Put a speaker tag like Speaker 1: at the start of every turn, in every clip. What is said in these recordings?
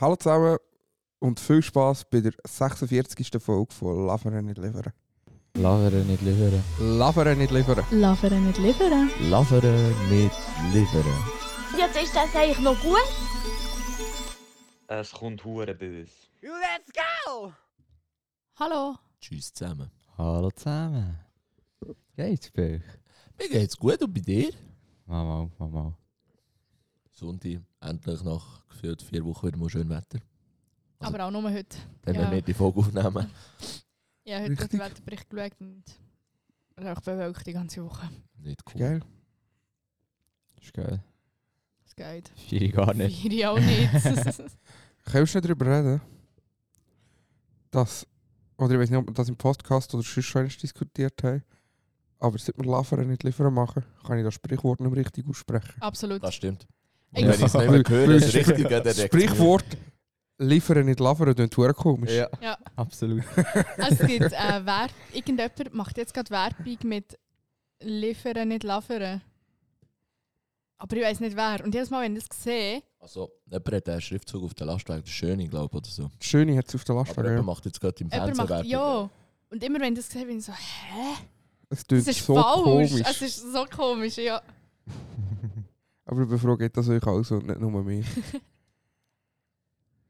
Speaker 1: Hallo zusammen und viel Spaß bei der 46. Folge von Laveren nicht liefern.
Speaker 2: Laveren nicht liefern.
Speaker 1: Laveren nicht liefern.
Speaker 3: Laveren nicht liefern.
Speaker 2: Laveren nicht liefern.
Speaker 4: Jetzt ist das eigentlich noch gut.
Speaker 5: Es kommt hure böse.
Speaker 3: Hallo.
Speaker 6: Tschüss zusammen.
Speaker 2: Hallo zusammen. Geht's bei euch?
Speaker 6: Mir geht's gut und bei dir?
Speaker 2: Mama, Mama.
Speaker 6: Sonntag, endlich nach gefühlt vier Wochen wieder mal schön Wetter. Also-
Speaker 3: Aber auch nur heute.
Speaker 6: Dann
Speaker 3: Ja.
Speaker 6: werden wir die Folge aufnehmen.
Speaker 3: Ja, heute hat
Speaker 1: Richtig.
Speaker 3: den Wetterbericht geschaut und er hat bewölkt die ganze Woche.
Speaker 6: Nicht cool.
Speaker 1: Geil.
Speaker 2: Ist geil.
Speaker 3: Das geht.
Speaker 2: Vier gar Ah, nicht.
Speaker 3: Vier auch nicht.
Speaker 1: Können wir schnell darüber reden? Dass, oder ich weiß nicht, ob wir das im Podcast oder sonst schon einmal diskutiert haben, aber seit wir Laveren nicht liefern machen, kann ich das Sprichwort nicht mehr richtig aussprechen.
Speaker 3: Absolut.
Speaker 6: Das stimmt.
Speaker 3: Ich-
Speaker 6: Und wenn ich es nicht mehr höre, ist es
Speaker 1: Sprich-
Speaker 6: richtig. dann regt's mich.
Speaker 1: Sprichwort liefern nicht Laveren, klingt verdammt komisch.
Speaker 3: Ja.
Speaker 2: absolut.
Speaker 3: Also es gibt äh, Werb Irgendjemand macht jetzt gerade Werbung mit Liefern, nicht Laveren. Aber ich weiß nicht wer. Und jedes Mal, wenn ich das sehe,
Speaker 6: Also, jemand hat einen Schriftzug auf der Lastwagen, Schöne, glaube ich, oder so.
Speaker 1: Die Schöne hat es auf der Last.
Speaker 6: Aber jemand macht jetzt gerade im
Speaker 3: jemand
Speaker 6: Fernsehen
Speaker 3: macht
Speaker 6: Werbung.
Speaker 3: ja. Und immer wenn ich das sehe, bin ich so, hä?
Speaker 1: Es
Speaker 3: Das
Speaker 1: klingt
Speaker 3: ist
Speaker 1: so
Speaker 3: falsch.
Speaker 1: komisch.
Speaker 3: Es ist so komisch, ja.
Speaker 1: aber ich bin froh, geht das euch auch so und nicht nur mir.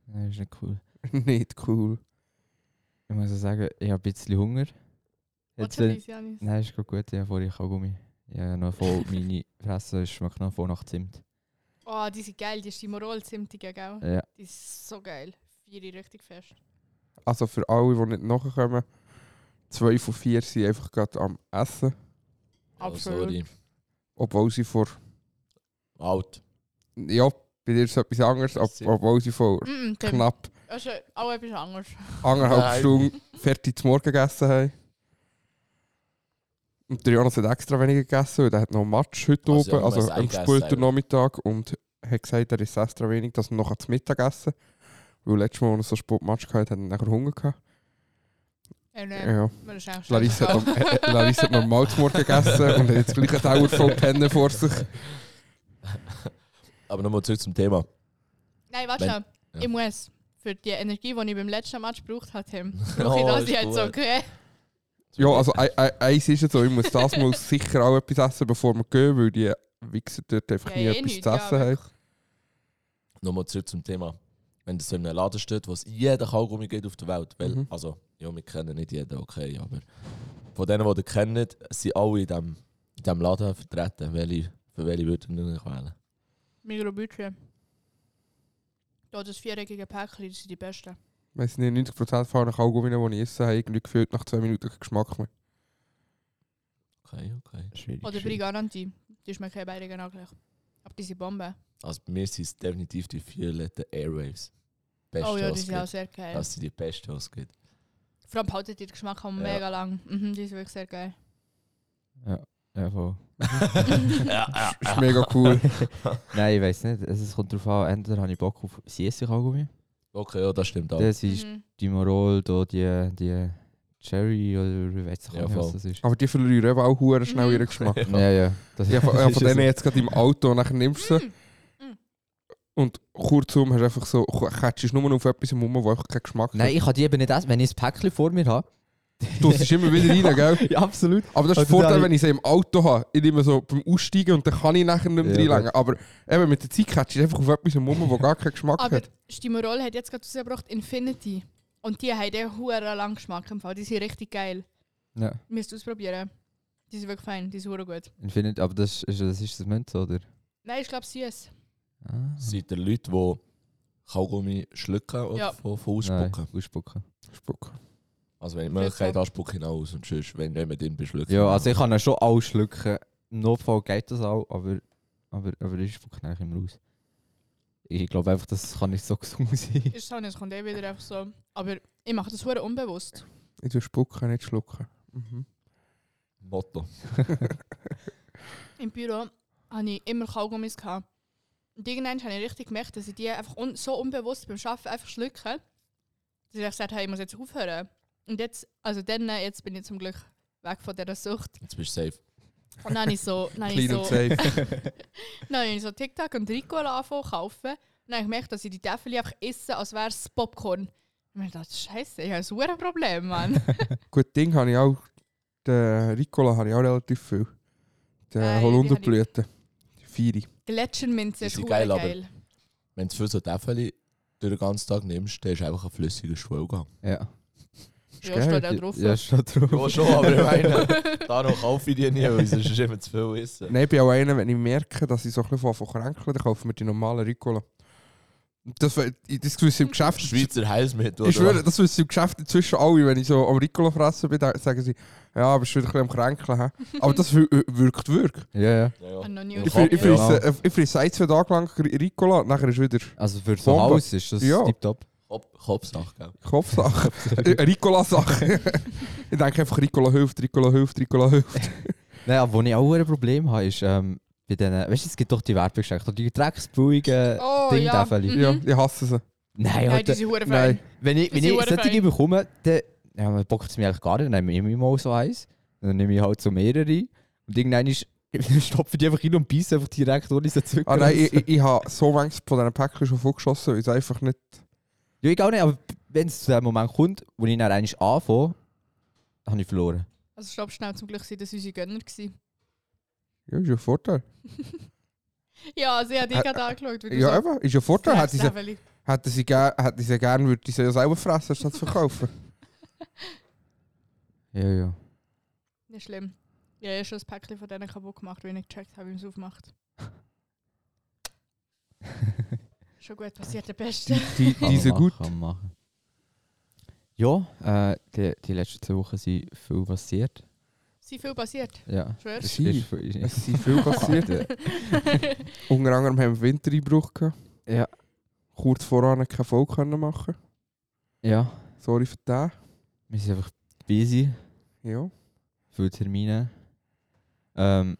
Speaker 2: Das ist nicht cool.
Speaker 1: nicht cool.
Speaker 2: Ich muss auch sagen, ich habe ein bisschen Hunger.
Speaker 3: Was
Speaker 2: wenn-
Speaker 3: für Janis?
Speaker 2: Nein, ist gut, gut. Ich habe vorhin Kaugummi. Ja, noch voll meine Fresse schmeckt noch voll nach Zimt.
Speaker 3: Oh, die sind geil, die ist die Moralzimtige, gell?
Speaker 2: Ja.
Speaker 3: Die ist so geil. Vier ich richtig fest.
Speaker 1: Also für alle, die nicht nachkommen, zwei von vier sind einfach gerade am Essen,
Speaker 6: Oh,
Speaker 3: Absolut.
Speaker 6: sorry.
Speaker 1: obwohl sie vor.
Speaker 6: Alt.
Speaker 1: Ja, bei dir ist etwas anderes, ob,
Speaker 6: Sie-
Speaker 1: obwohl sie vor
Speaker 3: Mm, dem-
Speaker 1: knapp
Speaker 3: Also, auch etwas anderes.
Speaker 1: anderthalb
Speaker 6: Nein.
Speaker 1: Stunden fertig zum Morgen gegessen haben. Und der Jonas hat extra weniger gegessen, weil er hat noch einen Matsch heute
Speaker 6: Also ja,
Speaker 1: oben,
Speaker 6: nur
Speaker 1: also
Speaker 6: ein
Speaker 1: am
Speaker 6: Ei
Speaker 1: späten
Speaker 6: gegessen,
Speaker 1: Nachmittag und hat gesagt, er isst extra wenig, dass er noch zum Mittag essen kann. Weil letztes Mal, als er so spät Matsch hatte, hat er nachher Hunger gehabt.
Speaker 3: Äh,
Speaker 1: Ja.
Speaker 3: nein, mir ist eigentlich
Speaker 1: Larissa, hat,
Speaker 3: scheißegal.
Speaker 1: noch- äh, äh, Larissa hat normal zum Morgen gegessen und hat jetzt gleich eine Dauer voll Pennen vor sich.
Speaker 6: Aber nochmal zurück zum Thema.
Speaker 3: Nein, warte
Speaker 6: Wenn-
Speaker 3: schnell.
Speaker 6: Ja.
Speaker 3: Ich muss für die Energie, die ich beim letzten Match gebraucht habe, brauche ich
Speaker 6: Oh,
Speaker 3: das
Speaker 6: ist
Speaker 3: jetzt,
Speaker 6: gut.
Speaker 3: okay?
Speaker 1: Ja, also ei- ei- eins ist es so, ich muss das mal sicher auch etwas essen, bevor wir gehen, weil die eh, Wichser dort einfach
Speaker 3: Ja,
Speaker 1: nie
Speaker 3: eh
Speaker 1: etwas
Speaker 3: nicht,
Speaker 1: zu
Speaker 3: ja,
Speaker 1: essen haben.
Speaker 6: Nochmal zurück zum Thema. Wenn das so in einem Laden steht, wo es jeder Kaugummi geht auf der Welt. Weil,
Speaker 1: Mhm.
Speaker 6: also, ja, wir kennen nicht jeden, okay, aber von denen, die ihr kennt, sind alle in diesem in dem Laden vertreten. Welche, für welche würdet ihr nicht wählen?
Speaker 3: Mikrobudget. Da das viereckige Päckchen, das sind die besten.
Speaker 1: Weiss nicht, 90% von allen Kaugummi, die eh, ich esse, haben irgendwie gefühlt nach zwei Minuten keinen Geschmack mehr.
Speaker 6: Okay, okay.
Speaker 2: Schwierig.
Speaker 3: Oder Brigananti, die schmecken ja beide genau gleich. Aber die sind Bomben.
Speaker 6: Also bei mir sind es definitiv die Violette Airwaves. Beste,
Speaker 3: oh ja, die
Speaker 6: was es
Speaker 3: sind auch
Speaker 6: gibt.
Speaker 3: sehr geil.
Speaker 6: Das sind die besten, was es gibt.
Speaker 3: Vor allem behalten die den Geschmack auch mega lang. Mhm, die sind wirklich sehr geil.
Speaker 2: Ja, voll.
Speaker 1: Das
Speaker 6: Ah.
Speaker 1: ist mega cool.
Speaker 2: Nein, ich weiß nicht. Es es kommt darauf an, entweder habe ich Bock auf süße Kaugummi.
Speaker 6: Okay, ja, das stimmt auch.
Speaker 2: Das ist
Speaker 3: Mhm.
Speaker 2: die Morol, da die, die Cherry oder ich weiß
Speaker 6: Ja,
Speaker 2: nicht, was
Speaker 6: voll.
Speaker 2: das ist.
Speaker 1: Aber die verlieren eben auch hure schnell
Speaker 3: Mhm.
Speaker 1: ihren Geschmack.
Speaker 2: Ja, ja. Das
Speaker 1: Ja, von, ja,
Speaker 2: ist
Speaker 1: von denen jetzt gerade im Auto und dann nimmst du sie
Speaker 3: Mhm.
Speaker 1: und kurzum hast du einfach so, catchst nur auf etwas herum, wo einfach keinen Geschmack
Speaker 2: Nein,
Speaker 1: hat.
Speaker 2: ich kann die eben nicht essen, wenn ich ein Päckchen vor mir habe.
Speaker 1: Du hast immer wieder rein, gell?
Speaker 2: Ja, absolut.
Speaker 1: Aber das ist der
Speaker 2: Also da
Speaker 1: Vorteil,
Speaker 2: hab
Speaker 1: wenn ich sie im Auto habe. Ich nehme so beim Aussteigen und dann kann ich nachher nicht mehr
Speaker 2: Ja,
Speaker 1: reinlangen. Aber eben mit der Zeit catchst du einfach auf etwas herum, wo gar keinen Geschmack
Speaker 3: Aber
Speaker 1: hat.
Speaker 3: Stimorol hat jetzt gerade rausgebracht Infinity. Und die haben den huere lang Geschmack im Fall. Die sind richtig geil.
Speaker 2: Ja,
Speaker 3: Müsst ihr ausprobieren. Die sind wirklich fein, die sind hure gut.
Speaker 2: Infinite, aber das ist das, ist das Münze, oder?
Speaker 3: Nein, ich glaube süß.
Speaker 2: Ah.
Speaker 6: Seid ihr Leute, die Kaugummi schlucken oder
Speaker 3: Ja.
Speaker 6: von, von ausspucken?
Speaker 2: Nein, ausspucken.
Speaker 1: Spuck.
Speaker 6: Also wenn ich die Möglichkeit habe, spucke ich ihn aus. Und sonst, wenn jemand ihn beschluckt.
Speaker 2: Ja, also ich kann ihn schon ausschlucken. Im Notfall geht das auch, aber, aber, aber ich spucke ihn immer raus. Ich glaube einfach, das kann nicht so gesund sein.
Speaker 3: Ist so nicht, es kommt eh wieder einfach so. Aber ich mache das hure unbewusst.
Speaker 1: Ich tue spucken, nicht schlucken. Mhm.
Speaker 6: Motto.
Speaker 3: Im Büro hatte ich immer Kaugummis. Gehabt. Und irgendwann habe ich richtig gemerkt, dass ich die einfach un so unbewusst beim Arbeiten einfach schlucke. Dass ich gesagt habe, hey, ich muss jetzt aufhören. Und jetzt, also dann, äh, jetzt bin ich zum Glück weg von dieser Sucht.
Speaker 6: Jetzt bist du safe.
Speaker 3: Und dann habe ich so, dann habe ich
Speaker 1: Clean und
Speaker 3: so
Speaker 1: safe.
Speaker 3: Dann habe ich so TikTok und Ricola angefangen zu kaufen. Dann habe ich gemerkt, dass ich die Tafel einfach esse, als wäre es Popcorn. Und mir dachte, Scheiße, ich habe ein super Problem, Mann.
Speaker 1: Gut, Ding habe ich auch. Den Ricola habe ich auch relativ viel. Den
Speaker 3: Nein, die
Speaker 1: Holunderblüten. Die Vieri.
Speaker 3: Gletscherminze
Speaker 6: Ist
Speaker 3: ist
Speaker 6: ja
Speaker 3: geil,
Speaker 6: geil, aber-
Speaker 3: geil.
Speaker 6: Wenn du viel so Täfeli durch den ganzen Tag nimmst, dann ist einfach ein flüssiger Schwellgang.
Speaker 2: Ja.
Speaker 3: Ja, steht auch
Speaker 2: Ja,
Speaker 3: drauf.
Speaker 2: Ja, steht drauf.
Speaker 6: Ja, schon, aber ich meine, darum kaufe ich die nie, weil sonst ist immer zu viel essen.
Speaker 1: Nein, ich bin auch einer, wenn ich merke, dass ich so ein bisschen von kränkeln, dann kaufe ich mir die normalen Ricola. Das, we- das gewisse im Geschäft.
Speaker 6: Schweizer Heilsmittel.
Speaker 1: Ich
Speaker 6: oder
Speaker 1: schwöre, das wissen im Geschäft inzwischen alle, wenn ich so am Ricola fressen bin, dann sagen sie, ja, aber es wieder ein bisschen am Kränkeln. hä? Aber das wir- wirkt wirklich.
Speaker 2: Ja, ja.
Speaker 6: was? Ja, ja.
Speaker 3: Habe noch nie
Speaker 6: Ich
Speaker 1: Ich,
Speaker 6: Ja,
Speaker 1: fri-
Speaker 3: ausprobiert.
Speaker 1: ich,
Speaker 6: ja.
Speaker 1: frisse, äh, ich frisse ein, zwei Tage lang Ri- Ricola, nachher ist wieder
Speaker 2: Also für so
Speaker 1: Bombe.
Speaker 2: Haus ist das
Speaker 1: Ja.
Speaker 2: tipptopp.
Speaker 6: Kopf- Kopfsache, gell?
Speaker 1: Kopfsache. Äh, Ricola-Sache. ich denke einfach, Ricola hilft, Ricola hilft, Ricola hilft.
Speaker 2: Nein, aber wo ich auch ein Problem habe, ist ähm, bei denen, weißt du, es gibt doch die Werbegeschenke, die drecksbruigen
Speaker 3: Oh,
Speaker 2: Ding
Speaker 3: ja.
Speaker 2: Täfeli.
Speaker 3: Mhm.
Speaker 1: Ja, ich hasse sie.
Speaker 2: Nein,
Speaker 3: Nein,
Speaker 2: Alter,
Speaker 3: diese Huren
Speaker 1: Nein.
Speaker 2: wenn ich, wenn
Speaker 3: die
Speaker 2: ich
Speaker 3: sind
Speaker 2: solche
Speaker 3: fein.
Speaker 2: bekomme, dann ja, bockt es mir eigentlich gar nicht, dann nehme ich immer mal so eins. Dann nehme ich halt so mehrere. Und irgendwann ist, stopfe ich die einfach rein und beiße einfach direkt ohne sie zu
Speaker 1: Ah nein, ich, ich, ich habe so manches von diesen Päckchen schon vorgeschossen, weil es einfach nicht...
Speaker 2: Ja, ich auch nicht, aber wenn es zu dem Moment kommt, wo ich dann eigentlich anfange, habe ich verloren.
Speaker 3: Also ich glaube schnell zum Glück sind das unsere Gönner gewesen.
Speaker 1: Ja, ist ja ein Vorteil.
Speaker 3: Ja, sie hat dich
Speaker 1: Ä-
Speaker 3: gerade angeschaut. weil du
Speaker 1: Ja,
Speaker 3: so-
Speaker 1: eben, ist ja ein Vorteil. Hätte ich sie,
Speaker 3: Täfeli.
Speaker 1: hätte sie, ger hätte ich sie gerne, würde ich sie ja selber fressen, statt zu verkaufen.
Speaker 2: Ja, ja.
Speaker 3: Nicht schlimm. Ja, ich habe schon ein Päckchen von denen kaputt gemacht, wenn ich gecheckt habe, wie man es aufmacht. schon gut, passiert der Beste.
Speaker 1: Die, die sind gut.
Speaker 2: Kann man machen. Ja, äh, die, die letzten zwei Wochen sind viel passiert.
Speaker 3: Sie viel passiert,
Speaker 2: Ja.
Speaker 3: schwörst
Speaker 1: Sie?
Speaker 2: viel-
Speaker 1: Es ist viel passiert. Unter anderem haben wir Wintereinbruch gehabt.
Speaker 2: Ja.
Speaker 1: Kurz voran keine Folge können machen.
Speaker 2: ja,
Speaker 1: Sorry für den.
Speaker 2: wir sind einfach busy,
Speaker 1: Ja.
Speaker 2: viele Termine. Ähm,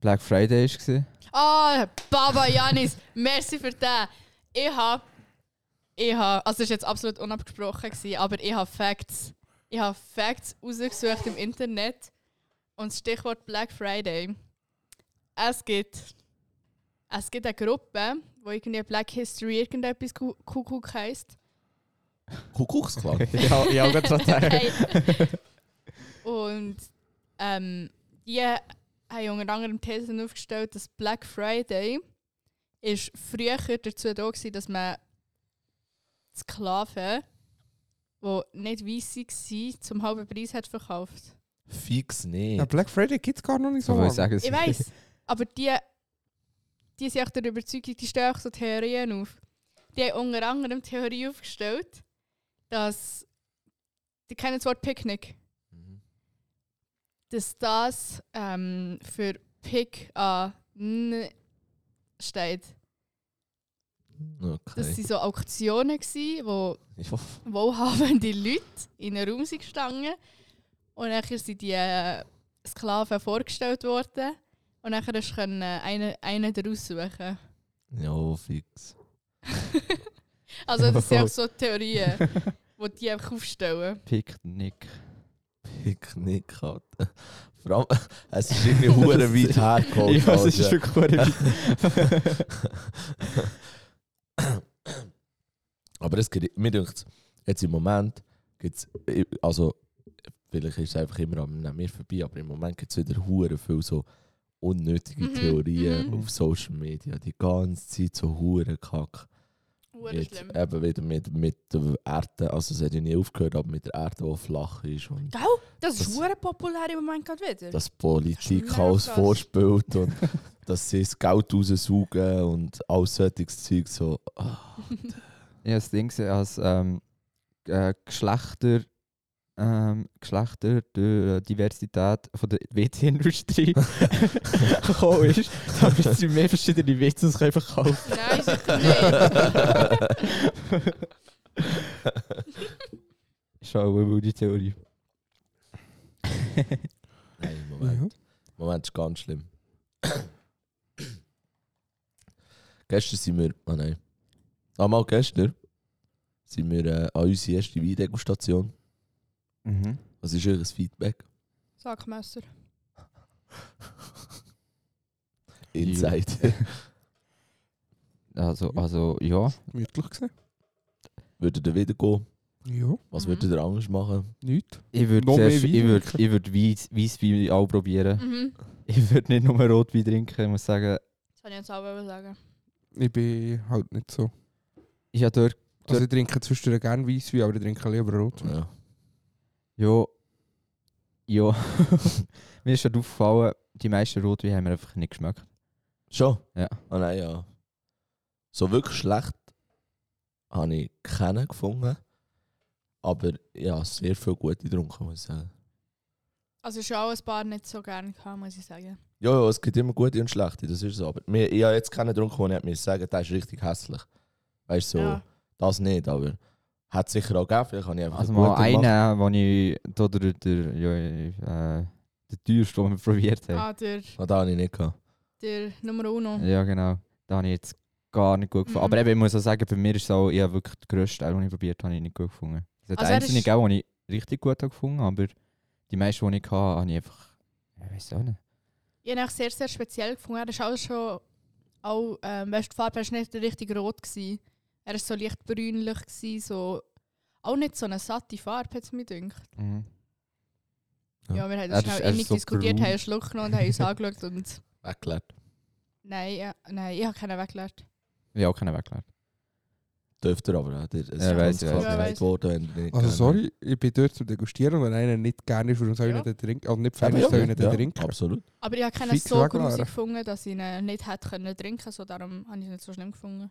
Speaker 2: Black Friday war
Speaker 3: Ah, Baba Janis, merci für den. Ich habe, ich habe, also das war jetzt absolut unabgesprochen, gewesen, aber ich habe Facts. Ich habe Facts rausgesucht im Internet und das Stichwort Black Friday. Es gibt, es gibt eine Gruppe, wo irgendwie Black History irgendetwas Ku- Kuckuck heisst.
Speaker 6: Kuckucksklang.
Speaker 2: ja, ja, gerade so
Speaker 3: Hey. Und ähm, die haben unter anderem Thesen aufgestellt, dass Black Friday ist früher dazu da war, dass man Sklaven, die nicht weiss waren, zum halben Preis hat verkauft.
Speaker 6: Fix
Speaker 1: ja.
Speaker 6: nicht.
Speaker 1: Black Friday gibt es gar noch nicht so
Speaker 2: So will ich
Speaker 1: lange.
Speaker 2: sagen. es-
Speaker 3: Ich weiß, aber die, die sind auch der Überzeugung, die stellen auch so Theorien auf. Die haben unter anderem die Theorie aufgestellt, dass die kennen das Wort Picknick.
Speaker 6: Mhm.
Speaker 3: dass das ähm, für Pick an steht. Das
Speaker 6: Okay.
Speaker 3: waren so Auktionen, gewesen, wo
Speaker 6: Ja.
Speaker 3: wohlhabende Leute in einen Raum sind gestanden und dann sind die äh, Sklaven vorgestellt worden und dann konntest du können, äh, einen, einen daraus suchen.
Speaker 6: Ja, fix.
Speaker 3: Also das sind auch so Theorien, die die einfach aufstellen.
Speaker 2: Picknick.
Speaker 6: Picknick halt. Vor allem, es ist irgendwie hure weit hergeholt. also.
Speaker 2: Ja, es ist
Speaker 6: Alter.
Speaker 2: wirklich cool.
Speaker 6: Aber es gibt, mir denkt jetzt im Moment gibt es, also vielleicht ist es einfach immer an an mir vorbei, aber im Moment gibt es wieder hure viel so unnötige
Speaker 3: Mhm,
Speaker 6: Theorien
Speaker 3: mhm.
Speaker 6: auf Social Media. Die ganze Zeit so hure Kack.
Speaker 3: Hure
Speaker 6: Mit,
Speaker 3: schlimm.
Speaker 6: eben wieder mit, mit der Erde, also es hat ja nie aufgehört, aber mit der Erde, die flach ist und
Speaker 3: Gell? Das
Speaker 6: Das-
Speaker 3: ist hure populär im Moment gerade wieder.
Speaker 6: dass Politik
Speaker 3: mega
Speaker 6: alles
Speaker 3: krass.
Speaker 6: vorspielt und dass sie das Geld raussaugen und all solches Zeug so. ah,
Speaker 2: Ja, das Ding ist, als ähm, äh, Geschlechter, ähm, Geschlechter der Diversität von der WC-Industrie gekommen ist, damit sie mehr verschiedene WCs können verkaufen
Speaker 3: Nein, sicher nicht.
Speaker 2: Ist auch eine wilde Theorie.
Speaker 6: Nein, im Moment.
Speaker 1: Ja.
Speaker 6: Moment ist ganz schlimm. gestern sind wir. Ah nein. Ah, mal gestern sind wir äh, an unsere erste Weindegustation.
Speaker 2: Mhm.
Speaker 6: Was ist euer Feedback?
Speaker 3: Sag Messer.
Speaker 6: Inside.
Speaker 2: Also, also ja.
Speaker 1: Gemütlich gesehen.
Speaker 6: Würdet ihr wieder gehen?
Speaker 1: Ja,
Speaker 6: Was
Speaker 3: Mhm.
Speaker 6: würdet ihr anders machen?
Speaker 1: nichts.
Speaker 2: Ich
Speaker 1: Noch
Speaker 2: würde
Speaker 1: mehr
Speaker 2: zuerst,
Speaker 1: Wein
Speaker 2: ich würd,
Speaker 1: trinken?
Speaker 2: ich würd Weiss, Weisswein auch probieren.
Speaker 3: Mhm.
Speaker 2: Ich würde nicht nur Rotwein trinken. Ich muss sagen,
Speaker 3: Das wollte ich jetzt auch wollen sagen.
Speaker 1: Ich bin halt nicht so.
Speaker 2: ich habe dort,
Speaker 1: Also ich trinke zwischendurch gerne Weisswein, aber ich trinke lieber Rot.
Speaker 6: Ja.
Speaker 2: ja, ja. Mir ist schon aufgefallen, die meisten Rotweine haben mir einfach nicht geschmeckt.
Speaker 6: Schon?
Speaker 2: Ja.
Speaker 6: Ah nein, ja. So wirklich schlecht habe ich keinen gefunden. Aber ja, sehr viel gute getrunken, muss ich sagen.
Speaker 3: Also ich habe auch ein paar nicht so gerne gehabt, muss ich sagen.
Speaker 6: Ja, ja, es gibt immer gute und schlechte, das ist so. Aber mir, ich habe jetzt keinen getrunken, wo ich hätte mir sagen, der ist richtig hässlich. Weißt du, so,
Speaker 3: Ja.
Speaker 6: das nicht, aber hat sicher auch gegeben, vielleicht habe ich einfach
Speaker 2: Also
Speaker 6: einen
Speaker 2: mal
Speaker 6: guten gemacht.
Speaker 2: einen, den ich da der, der, ja, äh, der teuerste, den wir probiert haben.
Speaker 3: Ah, der,
Speaker 6: Ah, den habe ich nicht gehabt.
Speaker 3: der Nummer Uno.
Speaker 2: Ja, genau. Da habe ich jetzt gar nicht gut gefunden.
Speaker 3: Mhm.
Speaker 2: Aber eben, ich muss auch sagen, bei mir ist es auch, ich habe wirklich den grössten Teil, den ich probiert habe, ich nicht gut gefunden. Es hat
Speaker 3: Also er
Speaker 2: einzelne
Speaker 3: ist-
Speaker 2: gegeben, die ich richtig gut habe gefunden aber die meisten, die ich hatte, habe ich einfach, ich weiß auch nicht.
Speaker 3: Ich habe ihn sehr, sehr speziell gefunden. Er ist auch schon, auch, ähm, weißt, die Farbe war nicht richtig rot. Gewesen. Er war so leicht brünlich. Gewesen, so. Auch nicht so eine satte Farbe, hat es mir gedacht.
Speaker 2: Mhm.
Speaker 6: Ja.
Speaker 3: Ja, wir haben
Speaker 2: Er
Speaker 3: das
Speaker 2: ist-
Speaker 3: schnell
Speaker 2: er ist
Speaker 3: innig
Speaker 2: so
Speaker 3: diskutiert,
Speaker 2: braun.
Speaker 3: haben einen Schluck genommen und haben uns angeschaut. Und
Speaker 6: Weggelegt.
Speaker 3: nein, ja, nein ich habe keinen weggelernt.
Speaker 2: Ich habe auch keinen Wegladen.
Speaker 6: Dürft ihr aber auch. Das ist
Speaker 2: Ja, weiss,
Speaker 6: ganz
Speaker 2: weiss,
Speaker 6: klar
Speaker 3: weiss.
Speaker 6: gesagt worden, wenn ihr nicht
Speaker 1: Also
Speaker 6: gerne-
Speaker 1: sorry, ich bin dort zum Degustieren und wenn einer nicht gerne ist, warum soll ich
Speaker 3: Ja.
Speaker 1: nicht den trinken? Also nicht
Speaker 6: Ja,
Speaker 1: fertig, soll ich nicht den
Speaker 6: ja,
Speaker 1: trinken?
Speaker 6: Absolut.
Speaker 3: Aber ich habe keinen
Speaker 1: Fix
Speaker 3: so
Speaker 1: wegleeren.
Speaker 3: grusig gefunden, dass ich ihn nicht hätte können trinken können. So, darum habe ich ihn nicht so schlimm gefunden.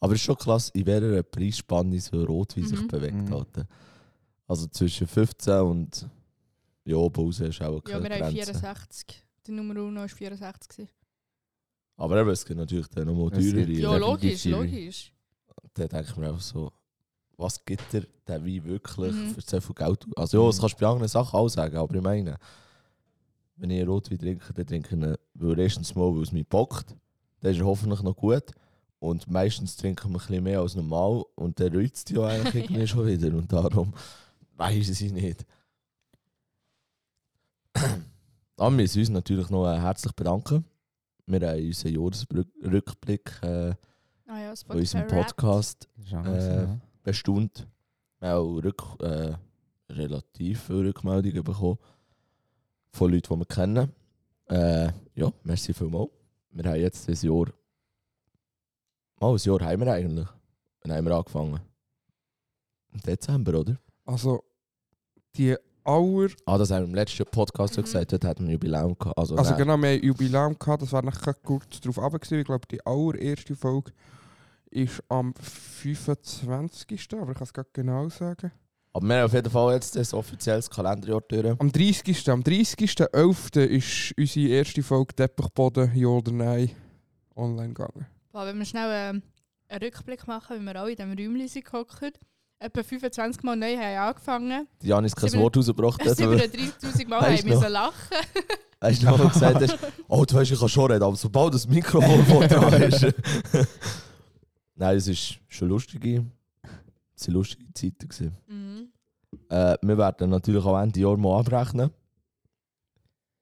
Speaker 6: Aber es ist schon klasse, in welcher Preisspanne so rot wie sich
Speaker 3: Mhm.
Speaker 6: bewegt.
Speaker 2: Mhm.
Speaker 6: Alter. Also zwischen 15 und ja, oben raus ist auch
Speaker 3: Ja,
Speaker 6: keine
Speaker 3: wir haben
Speaker 6: Grenze.
Speaker 3: 64. Der Nummer Uno war 64. Gewesen.
Speaker 6: Aber eben, es gibt natürlich dann noch mal
Speaker 2: Es gibt-
Speaker 6: teurere.
Speaker 2: Ja,
Speaker 3: Ja,
Speaker 6: Und
Speaker 3: logisch,
Speaker 2: definitiv.
Speaker 3: logisch.
Speaker 6: Dann denke ich mir einfach so, was gibt dir der Wein wirklich
Speaker 3: Mhm.
Speaker 6: für so viel Geld? aus? Also ja, das
Speaker 2: Mhm.
Speaker 6: kannst du bei anderen Sachen auch sagen, aber ich meine, wenn ich Rotwein trinke, dann trinke ich ihn, weil erstens mal, weil es mich packt, dann ist er hoffentlich noch gut und meistens trinke ich ihn ein bisschen mehr als normal und dann reut es dich ja eigentlich
Speaker 3: Ja.
Speaker 6: irgendwie schon wieder und darum weiß ich es nicht. Aber wir müssen uns natürlich noch äh, herzlich bedanken. Wir haben unseren Jahresrückblick äh,
Speaker 3: Ah ja,
Speaker 6: von unserem
Speaker 3: Spotify-Wrapped.
Speaker 6: Podcast
Speaker 2: Das ist auch
Speaker 6: Äh,
Speaker 2: so, ja.
Speaker 6: bestaunt. Wir haben auch rück, äh, relativ viele Rückmeldungen bekommen von Leuten, die wir kennen. Äh, ja, merci vielmals. Wir haben jetzt ein Jahr. Mal ein Jahr haben wir eigentlich. Dann haben wir angefangen. Im Dezember, oder?
Speaker 1: Also die Auer,
Speaker 6: Ah, das haben wir im letzten Podcast schon
Speaker 3: Mhm.
Speaker 6: gesagt, dort hatten wir ein Jubiläum gehabt. Also,
Speaker 1: also
Speaker 6: nein.
Speaker 1: genau, wir haben Jubiläum gehabt, das war nachher kurz drauf runter gewesen. Ich glaube, die Auer erste Folge ist am 25. Aber ich kann es gerade genau sagen.
Speaker 6: Aber wir haben auf jeden Fall jetzt das offizielles Kalenderjahr durch.
Speaker 1: Am 30. Am 30.11. ist unsere erste Folge Teppichboden, ja oder nein, online gegangen.
Speaker 3: Boah, wenn wir schnell ähm, einen Rückblick machen, wie wir alle in diesem Räumchen sind gehockt. Etwa 25 Mal neu haben angefangen.
Speaker 6: Die Janis kein
Speaker 3: Sieben-
Speaker 6: Wort rausgebracht. hat, aber-
Speaker 3: 37.000 Mal haben
Speaker 6: Weisst
Speaker 3: wir
Speaker 6: noch?
Speaker 3: müssen lachen.
Speaker 6: Weißt du, wo du gesagt hast, oh, du weißt, ich kann schon reden, aber sobald das Mikrofon vor dran ist. Nein, es ist schon lustige, es waren lustige Zeiten. Gewesen.
Speaker 3: Mhm.
Speaker 6: Äh, wir werden natürlich auch Ende Jahr mal abrechnen.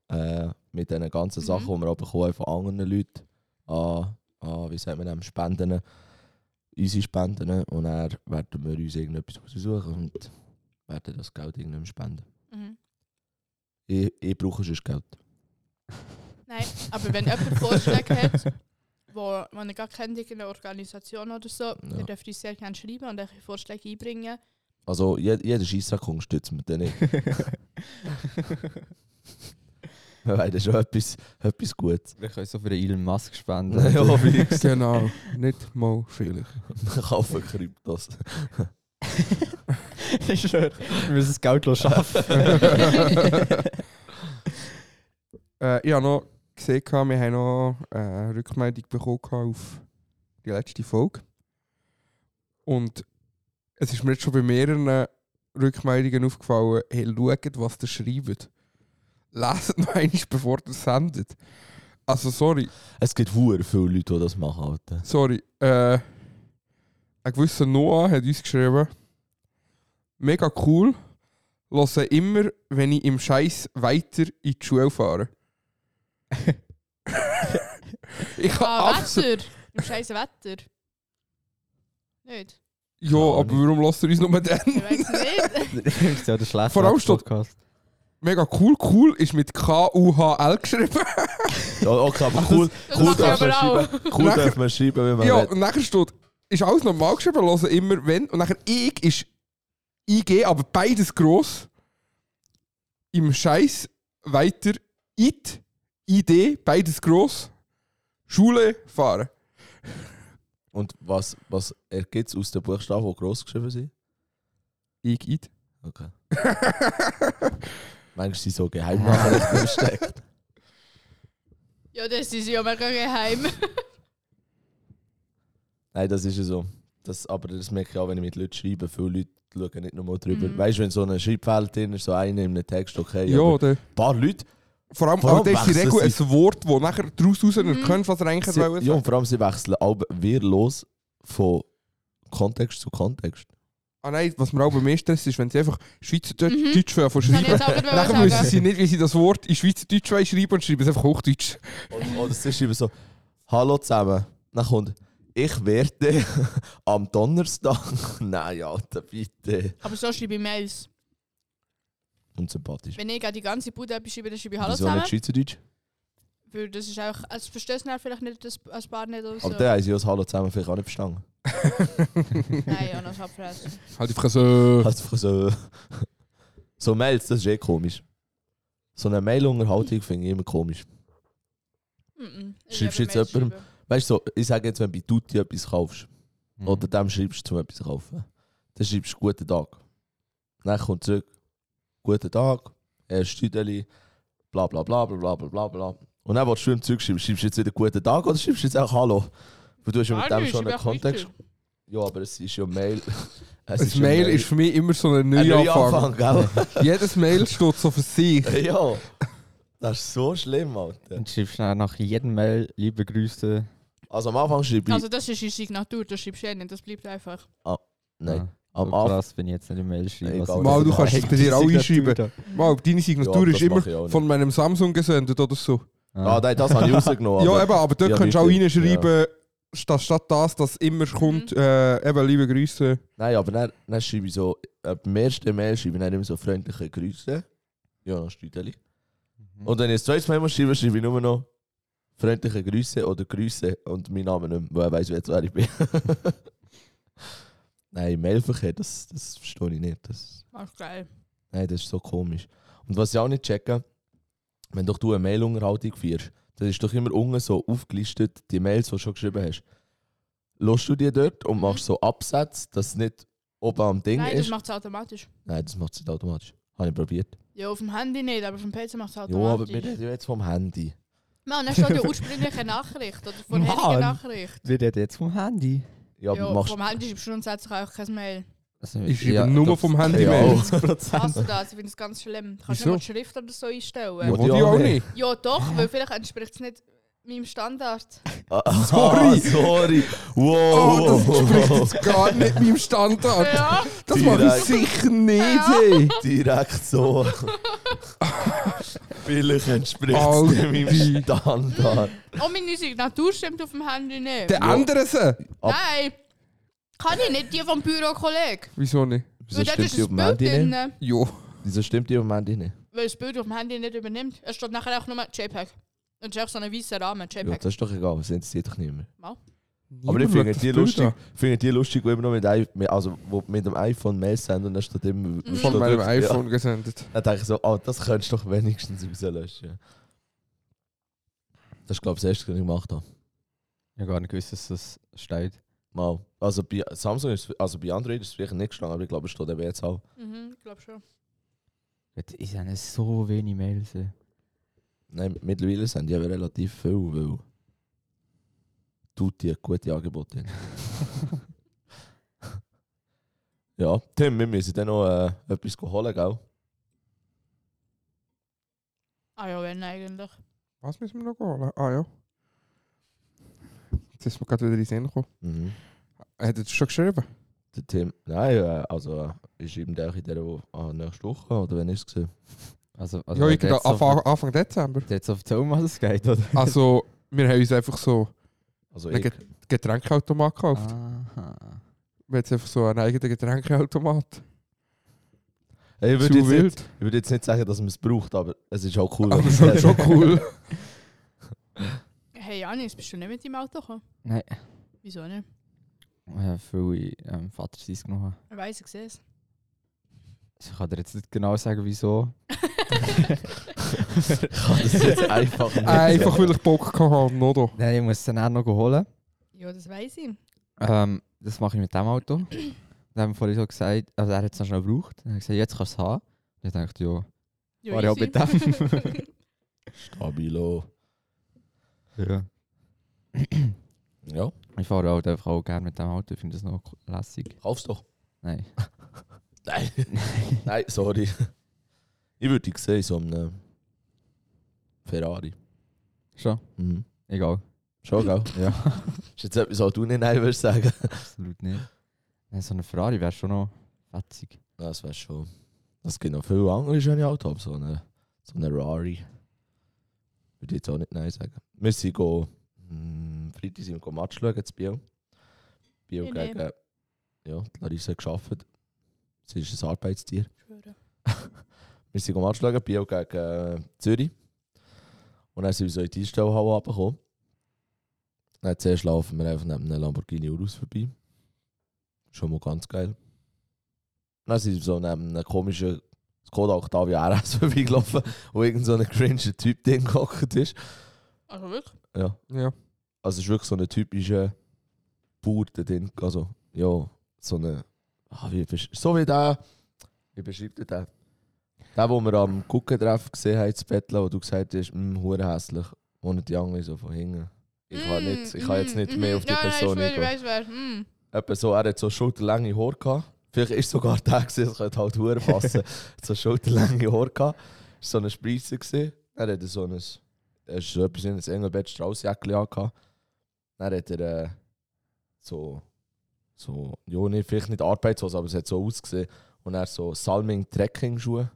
Speaker 6: Äh, mit diesen ganzen
Speaker 3: Mhm.
Speaker 6: Sachen, die wir auch bekommen haben von anderen Leuten. An, an wie sagt man dem, Spenden. Unsere Spenden. Und dann werden wir uns irgendetwas raussuchen und werden das Geld irgendwann spenden.
Speaker 3: Mhm.
Speaker 6: Ich, ich brauche sonst Geld.
Speaker 3: Nein, aber wenn jemand Vorschläge hat, wo man gar kennt, irgendeine Organisation oder so, dann dürft ihr uns sehr gerne schreiben und euch Vorschläge einbringen.
Speaker 6: Also jed jeder Scheisssack unterstützt mich dann nicht. Weil das ist schon etwas, etwas Gutes.
Speaker 2: Wir können so für Elon Musk spenden.
Speaker 6: ja, vielleicht.
Speaker 1: Genau, nicht mal vielleicht.
Speaker 6: Man kaufen Kryptos.
Speaker 2: ich schwöre, wir müssen das Geld los schaffen.
Speaker 1: Äh, ich habe noch gesehen, wir haben noch äh, eine Rückmeldung bekommen auf die letzte Folge. Und es ist mir jetzt schon bei mehreren Rückmeldungen aufgefallen, hey, schaut, was ihr schreibt. Leset noch einmal, bevor ihr sendet. Also, sorry,
Speaker 6: Es gibt hure viele Leute, die das machen. Alter.
Speaker 1: sorry. Äh, ein gewisser Noah hat uns geschrieben, mega cool, höre immer, wenn ich im Scheiß weiter in die Schule fahre. ich kann
Speaker 3: Ah,
Speaker 1: absolut...
Speaker 3: Wetter! Im scheiß Wetter. Nicht?
Speaker 1: Ja,
Speaker 6: Gar
Speaker 1: aber warum lasst ihr uns nur
Speaker 3: Ich
Speaker 1: dann?
Speaker 3: weiß nicht.
Speaker 2: Das ist ja der schlechte
Speaker 1: Vor allem steht-
Speaker 2: Podcast.
Speaker 1: Mega cool, cool ist mit K-U-H-L geschrieben.
Speaker 6: Ja, okay, aber cool,
Speaker 3: Das
Speaker 6: cool
Speaker 3: mache ich
Speaker 6: darf man
Speaker 3: aber
Speaker 6: schreiben.
Speaker 3: auch.
Speaker 6: Cool
Speaker 1: Nachher-
Speaker 6: darf man schreiben, wenn man
Speaker 1: ja,
Speaker 6: will.
Speaker 1: und nachher steht, ist alles normal geschrieben, hören immer wenn. Und nachher ich ist IG, aber beides gross. Im Scheiß weiter IT, ID, beides gross. Schule fahren.
Speaker 6: Und was, was ergibt es aus den Buchstaben, die gross geschrieben sind?
Speaker 1: Ich, IT.
Speaker 6: Okay. Manchmal sind so Geheimnachrichten versteckt.
Speaker 3: Ja, das ist ja mega geheim.
Speaker 6: Nein, das ist ja so. Das, aber das merke ich auch, wenn ich mit Leuten schreibe. Viele Leute schauen nicht nochmal drüber.
Speaker 3: Mhm.
Speaker 6: Weißt du, wenn so ein Schreibfeld drin ist, so einer in einem Text, okay.
Speaker 1: Ja,
Speaker 6: aber
Speaker 1: oder?
Speaker 6: ein paar Leute.
Speaker 1: Vor allem,
Speaker 6: Vor allem
Speaker 1: aber das ist die
Speaker 6: wechseln
Speaker 1: Regel ein Wort, das nachher daraus raus
Speaker 3: Mhm.
Speaker 1: erkennst, was er eigentlich
Speaker 6: Sie,
Speaker 1: wollte.
Speaker 6: ja, und vor allem, sie wechseln auch wehrlos von Kontext zu Kontext.
Speaker 1: Ah nein, was mir auch bei mir stresst, ist, wenn sie einfach Schweizerdeutsch
Speaker 3: Mhm.
Speaker 1: Deutsch fangen von
Speaker 3: Kann ich
Speaker 1: schreiben.
Speaker 3: jetzt auch nicht
Speaker 1: Nachher
Speaker 3: mehr
Speaker 1: wissen
Speaker 3: sagen.
Speaker 1: sie nicht, wie sie das Wort in Schweizerdeutsch wollen schreiben und schreiben es einfach Hochdeutsch.
Speaker 6: Oder, oder sie schreiben so: Hallo zusammen. Dann kommt: Ich werde am Donnerstag. Nein, Alter, bitte.
Speaker 3: Aber so schreibe ich Mails.
Speaker 6: Unsympathisch.
Speaker 3: Wenn ich gerade die ganze Bude etwas schreibe, dann schreibe ich Hallo
Speaker 6: Wieso
Speaker 3: zusammen.
Speaker 6: nicht Schweizerdeutsch?
Speaker 3: Weil das ist auch, als verstehst du vielleicht nicht, das als Paar nicht oder so.
Speaker 6: Aber der haben sie ja das Hallo zusammen vielleicht auch nicht verstanden.
Speaker 3: Nein, ja, noch abfressen.
Speaker 1: Halt die Friseur.
Speaker 6: Also einfach so. So Mails, das ist eh komisch. So eine Mailunterhaltung finde ich immer komisch.
Speaker 3: Mhm. Ich
Speaker 6: Schreibst
Speaker 3: liebe
Speaker 6: du jetzt
Speaker 3: Mails
Speaker 6: jemandem-
Speaker 3: schreiben.
Speaker 6: Weißt du, so, ich sage jetzt, wenn du bei Tutti etwas kaufst,
Speaker 1: Mhm.
Speaker 6: oder dem schreibst du, zum etwas zu kaufen, dann schreibst du Guten Tag. Dann kommt zurück, Guten Tag, Herr Stüdeli, bla bla bla bla bla bla bla bla. Und dann, was du im Zeug schreibst, schreibst du jetzt wieder Guten Tag oder schreibst du jetzt auch Hallo? Weil du hast ja mit
Speaker 3: Ah,
Speaker 6: dem
Speaker 3: nö,
Speaker 6: schon
Speaker 3: schreib
Speaker 6: einen
Speaker 3: einfach
Speaker 6: Kontext.
Speaker 3: weiter.
Speaker 6: Ja, aber es ist ja Mail. Es
Speaker 1: Ein
Speaker 6: ja
Speaker 1: Mail ist für mich immer so ein
Speaker 6: ein
Speaker 1: Neuanfang.
Speaker 6: Neuanfang, gell?
Speaker 1: Jedes Mail steht so für sich.
Speaker 6: Ja, das ist so schlimm, Alter.
Speaker 2: Dann schreibst du dann nach jedem Mail liebe Grüße.
Speaker 6: Also am Anfang schreibe ich.
Speaker 3: Also das ist unsere Signatur, das schreibst du eh nicht, das bleibt einfach.
Speaker 6: nein,
Speaker 2: Ja,
Speaker 1: Also,
Speaker 6: am
Speaker 2: so
Speaker 6: Anfang.
Speaker 2: krass, wenn ich jetzt nicht eine Mail schreibe.
Speaker 6: Egal.
Speaker 2: was ich
Speaker 1: Mal, du
Speaker 2: da-
Speaker 1: kannst es bei dir auch einschreiben. Mal, deine
Speaker 6: Ja,
Speaker 1: Signatur
Speaker 6: das
Speaker 1: ist immer
Speaker 6: mach ich auch nicht.
Speaker 1: von meinem Samsung gesendet oder so.
Speaker 6: Ah, nein, das habe ich rausgenommen.
Speaker 1: ja,
Speaker 6: aber-
Speaker 1: eben, aber dort
Speaker 6: Ja,
Speaker 1: kannst du auch
Speaker 6: Leute,
Speaker 1: reinschreiben, statt, statt das, dass immer kommt, äh, eben liebe Grüße.
Speaker 6: Nein, aber dann, dann schreibe ich so, äh, beim ersten Mail schreibe ich dann immer so freundliche Grüße. Jonas Stüdeli.
Speaker 2: Mhm.
Speaker 6: Und wenn ich das zweite Mal muss schreiben schreibe ich nur noch freundliche Grüße oder Grüße und meinen Namen nicht mehr, weil er weiss, jetzt, wer ich bin. Nein, im Mailverkehr, das, das verstehe ich nicht. Das,
Speaker 3: Ach geil.
Speaker 6: nein, das ist so komisch. Und was ich auch nicht checke, wenn doch du eine Mailunterhaltung führst, dann ist doch immer unten so aufgelistet, die Mails, die du schon geschrieben hast. Lässt du die dort und machst so Absätze, dass es nicht oben am Ding
Speaker 3: Mhm. Nein,
Speaker 6: ist?
Speaker 3: das macht es automatisch.
Speaker 6: Nein, das macht es nicht automatisch. Habe ich probiert.
Speaker 3: Ja, auf dem Handy nicht, aber auf dem PC macht es
Speaker 6: Ja, aber
Speaker 3: automatisch.
Speaker 6: wir reden ja jetzt vom Handy.
Speaker 3: Mann, das steht ja ursprüngliche Nachricht oder vorherige
Speaker 2: Mann.
Speaker 3: Nachricht.
Speaker 2: Wir reden jetzt vom Handy.
Speaker 6: Ja, aber
Speaker 3: ja,
Speaker 6: machst
Speaker 3: vom Handy schreibst du grundsätzlich auch kein Mail.
Speaker 2: Also,
Speaker 1: Ich schreibe nur
Speaker 2: das-
Speaker 1: vom Handy
Speaker 6: Ja,
Speaker 1: Mail.
Speaker 6: auch.
Speaker 3: Hast du das? Ich finde das ganz schlimm. Kannst
Speaker 1: Wieso?
Speaker 3: du nicht mal die Schrift oder so
Speaker 1: Ja,
Speaker 3: einstellen?
Speaker 6: Ja,
Speaker 1: wollte ich auch nicht.
Speaker 3: Ja, doch, weil vielleicht entspricht es nicht meinem Standard.
Speaker 6: Ah,
Speaker 1: Sorry.
Speaker 6: sorry! Wow!
Speaker 1: Oh, das entspricht jetzt gar nicht meinem Standard.
Speaker 3: Ja,
Speaker 1: Das mache ich
Speaker 6: Direkt.
Speaker 1: sicher nicht, ey.
Speaker 6: Direkt so. Vielleicht entspricht es
Speaker 1: Alter.
Speaker 6: meinem Standard.
Speaker 3: und meine Signatur stimmt auf dem Handy nicht.
Speaker 1: Der andere sie.
Speaker 6: Ab-
Speaker 3: Nein! Kann ich nicht, die vom Bürokollegen.
Speaker 1: Wieso nicht?
Speaker 6: Wieso
Speaker 3: Weil dort
Speaker 6: stimmt
Speaker 3: ist
Speaker 6: die auf dem
Speaker 3: ein Bild drin,
Speaker 6: Handy nicht?
Speaker 3: weil
Speaker 1: Jo.
Speaker 6: Wieso stimmt die auf dem Handy nicht?
Speaker 3: das Bild auf dem Handy nicht übernimmt. Es steht nachher auch nur JPEG. Und es ist auch so ein weißer Rahmen,
Speaker 6: Ja,
Speaker 3: JPEG.
Speaker 6: das ist doch egal, sind sie doch nicht mehr. Aber ich
Speaker 1: Niemand
Speaker 6: finde
Speaker 1: hat das
Speaker 6: die
Speaker 1: Bild
Speaker 6: lustig,
Speaker 1: an.
Speaker 6: finde die lustig, wo immer noch mit, Ei- mit- also, wo mit dem iPhone Mail senden und dann steht
Speaker 3: Mhm.
Speaker 6: immer... steht
Speaker 1: Von meinem
Speaker 6: wirklich-
Speaker 1: iPhone gesendet.
Speaker 6: Dann denke ich so, ah, das könntest du doch wenigstens rauslöschen. Das ist, glaube ich, das erste, was ich gemacht habe.
Speaker 2: Ich habe gar nicht gewusst, dass das steht.
Speaker 6: Mal. Also bei Samsung ist es- also bei Android ist es vielleicht nicht gestanden, aber ich glaube, es steht eben jetzt auch.
Speaker 3: Mhm, ich glaube schon.
Speaker 2: Ich habe so wenig Mails. ey.
Speaker 6: Nein, mittlerweile sind die aber relativ viel, weil tut die gute Angebote haben. Ja, Tim, wir müssen dann noch äh, etwas holen, gell?
Speaker 3: Ah ja, wenn eigentlich.
Speaker 1: Was müssen wir noch holen? Ah ja. Jetzt ist mir gerade wieder in den Sinn gekommen.
Speaker 6: Mhm.
Speaker 1: Er hat jetzt schon geschrieben.
Speaker 6: Der Tim, nein, äh, also äh, ist eben der auch in der wo- ah, nächste Woche, oder wenn ich es gesehen
Speaker 2: Also, also
Speaker 1: Ja, ich
Speaker 2: redet
Speaker 1: glaube
Speaker 2: jetzt auf-
Speaker 1: Anfang, Anfang Dezember. Ah,
Speaker 2: redet jetzt auf die Zone, was es geht, oder?
Speaker 1: Also, wir haben uns einfach so
Speaker 6: Also
Speaker 1: Wegen-
Speaker 6: ich,
Speaker 1: Getränkeautomat
Speaker 2: Ah.
Speaker 1: gekauft.
Speaker 2: Aha.
Speaker 1: Wir haben jetzt einfach so einen eigenen Getränkeautomat.
Speaker 6: Ey, Ich
Speaker 1: Zu
Speaker 6: würde jetzt, nicht-
Speaker 1: wild. Ah,
Speaker 6: ich würd jetzt nicht sagen, dass man es braucht, aber es ist auch cool. wenn
Speaker 1: Aber
Speaker 6: man es
Speaker 1: schon,
Speaker 6: hat.
Speaker 1: schon cool.
Speaker 3: Hey Janis, bist du nicht mit deinem Auto gekommen?
Speaker 2: Nein.
Speaker 3: Wieso nicht?
Speaker 2: Ja, viel ähm, Vater sein genommen.
Speaker 3: Ich weiß, ich sehe es.
Speaker 2: Ich kann dir jetzt nicht genau sagen, wieso.
Speaker 6: Ich kann das jetzt einfach nicht.
Speaker 1: Einfach,
Speaker 6: sagen.
Speaker 1: weil ich Bock gehabt habe, Nodo.
Speaker 2: Nein, ich muss es dann auch noch holen.
Speaker 3: Ja, das weiß ich.
Speaker 2: Ähm, das mache ich mit dem Auto. Dann haben wir vorhin so gesagt, also er hat es noch schnell gebraucht. Dann habe ich gesagt, jetzt kannst du es haben. Und ich dachte, ja,
Speaker 3: Ja,
Speaker 2: War ja auch
Speaker 3: easy.
Speaker 2: mit dem.
Speaker 6: Stabilo.
Speaker 2: ja.
Speaker 6: Ja,
Speaker 2: Ich fahre halt einfach auch gerne mit dem Auto, ich finde das noch lässig.
Speaker 6: kauf's doch.
Speaker 2: Nein.
Speaker 6: Nein. Nein, sorry. Ich würde dich sehen, so einem äh, Ferrari.
Speaker 2: Schon?
Speaker 6: Mhm.
Speaker 2: Egal.
Speaker 6: Schon, gell?
Speaker 2: Ja,
Speaker 6: Ist jetzt etwas, was du nicht nein würdest sagen?
Speaker 2: absolut nicht. Nein, so eine Ferrari wäre schon noch fetzig.
Speaker 6: Das wäre schon. Es gibt noch viele andere schöne Autos, aber so eine, so eine Rari. Würde ich jetzt auch nicht nein sagen. Wir sind go, mh, Freitag sind wir go Match schauen, zu Biel. Biel
Speaker 3: Ich
Speaker 6: gegen. Ja, die Larissa hat gearbeitet. Sie ist ein Arbeitstier.
Speaker 3: Schwöre.
Speaker 6: Wir sind go Match schauen, Biel gegen äh, Zürich. Und dann sind wir so in die Einstellhalle runtergekommen. Dann zuerst laufen wir einfach neben einem Lamborghini Urus vorbei. Schon mal ganz geil. Dann sind wir so neben einem komischen Skoda Octavia RS vorbeigelaufen, wo irgend so ein cringe Typ drin gehockt ist.
Speaker 3: Also wirklich?
Speaker 6: Ja.
Speaker 1: Ja.
Speaker 6: Also es ist wirklich so ein typischer Bauer der drin. Also, ja, so eine. Ah, wie, besch- so wie der. Wie beschreibt ihr den? Der, den wir am Guckentreff gesehen haben, das Bettler, wo du gesagt hast, mh, hure hässlich. Ohne die Angel so von hinten. Ich
Speaker 3: Mm,
Speaker 6: kann, nicht, ich kann jetzt nicht mehr auf die Person
Speaker 3: eingehen.
Speaker 6: eingehen.
Speaker 3: mm. Nein, ich weiß, wer. Mm.
Speaker 6: Etwa so, er hat so schulterlange Haare gehabt. Vielleicht ist sogar der, gewesen, das könnte halt Huren passen. hat so schulterlange Haare gehabt. Ist so ein Spreizer gewesen. Dann hat er so ein, er ist so etwas in ein Engelbett Straußjäckchen angehabt. Dann hat er äh, so, so, ja, nicht, vielleicht nicht Arbeitshose, aber es hat so ausgesehen. Und er so Salming Trekking Schuhe.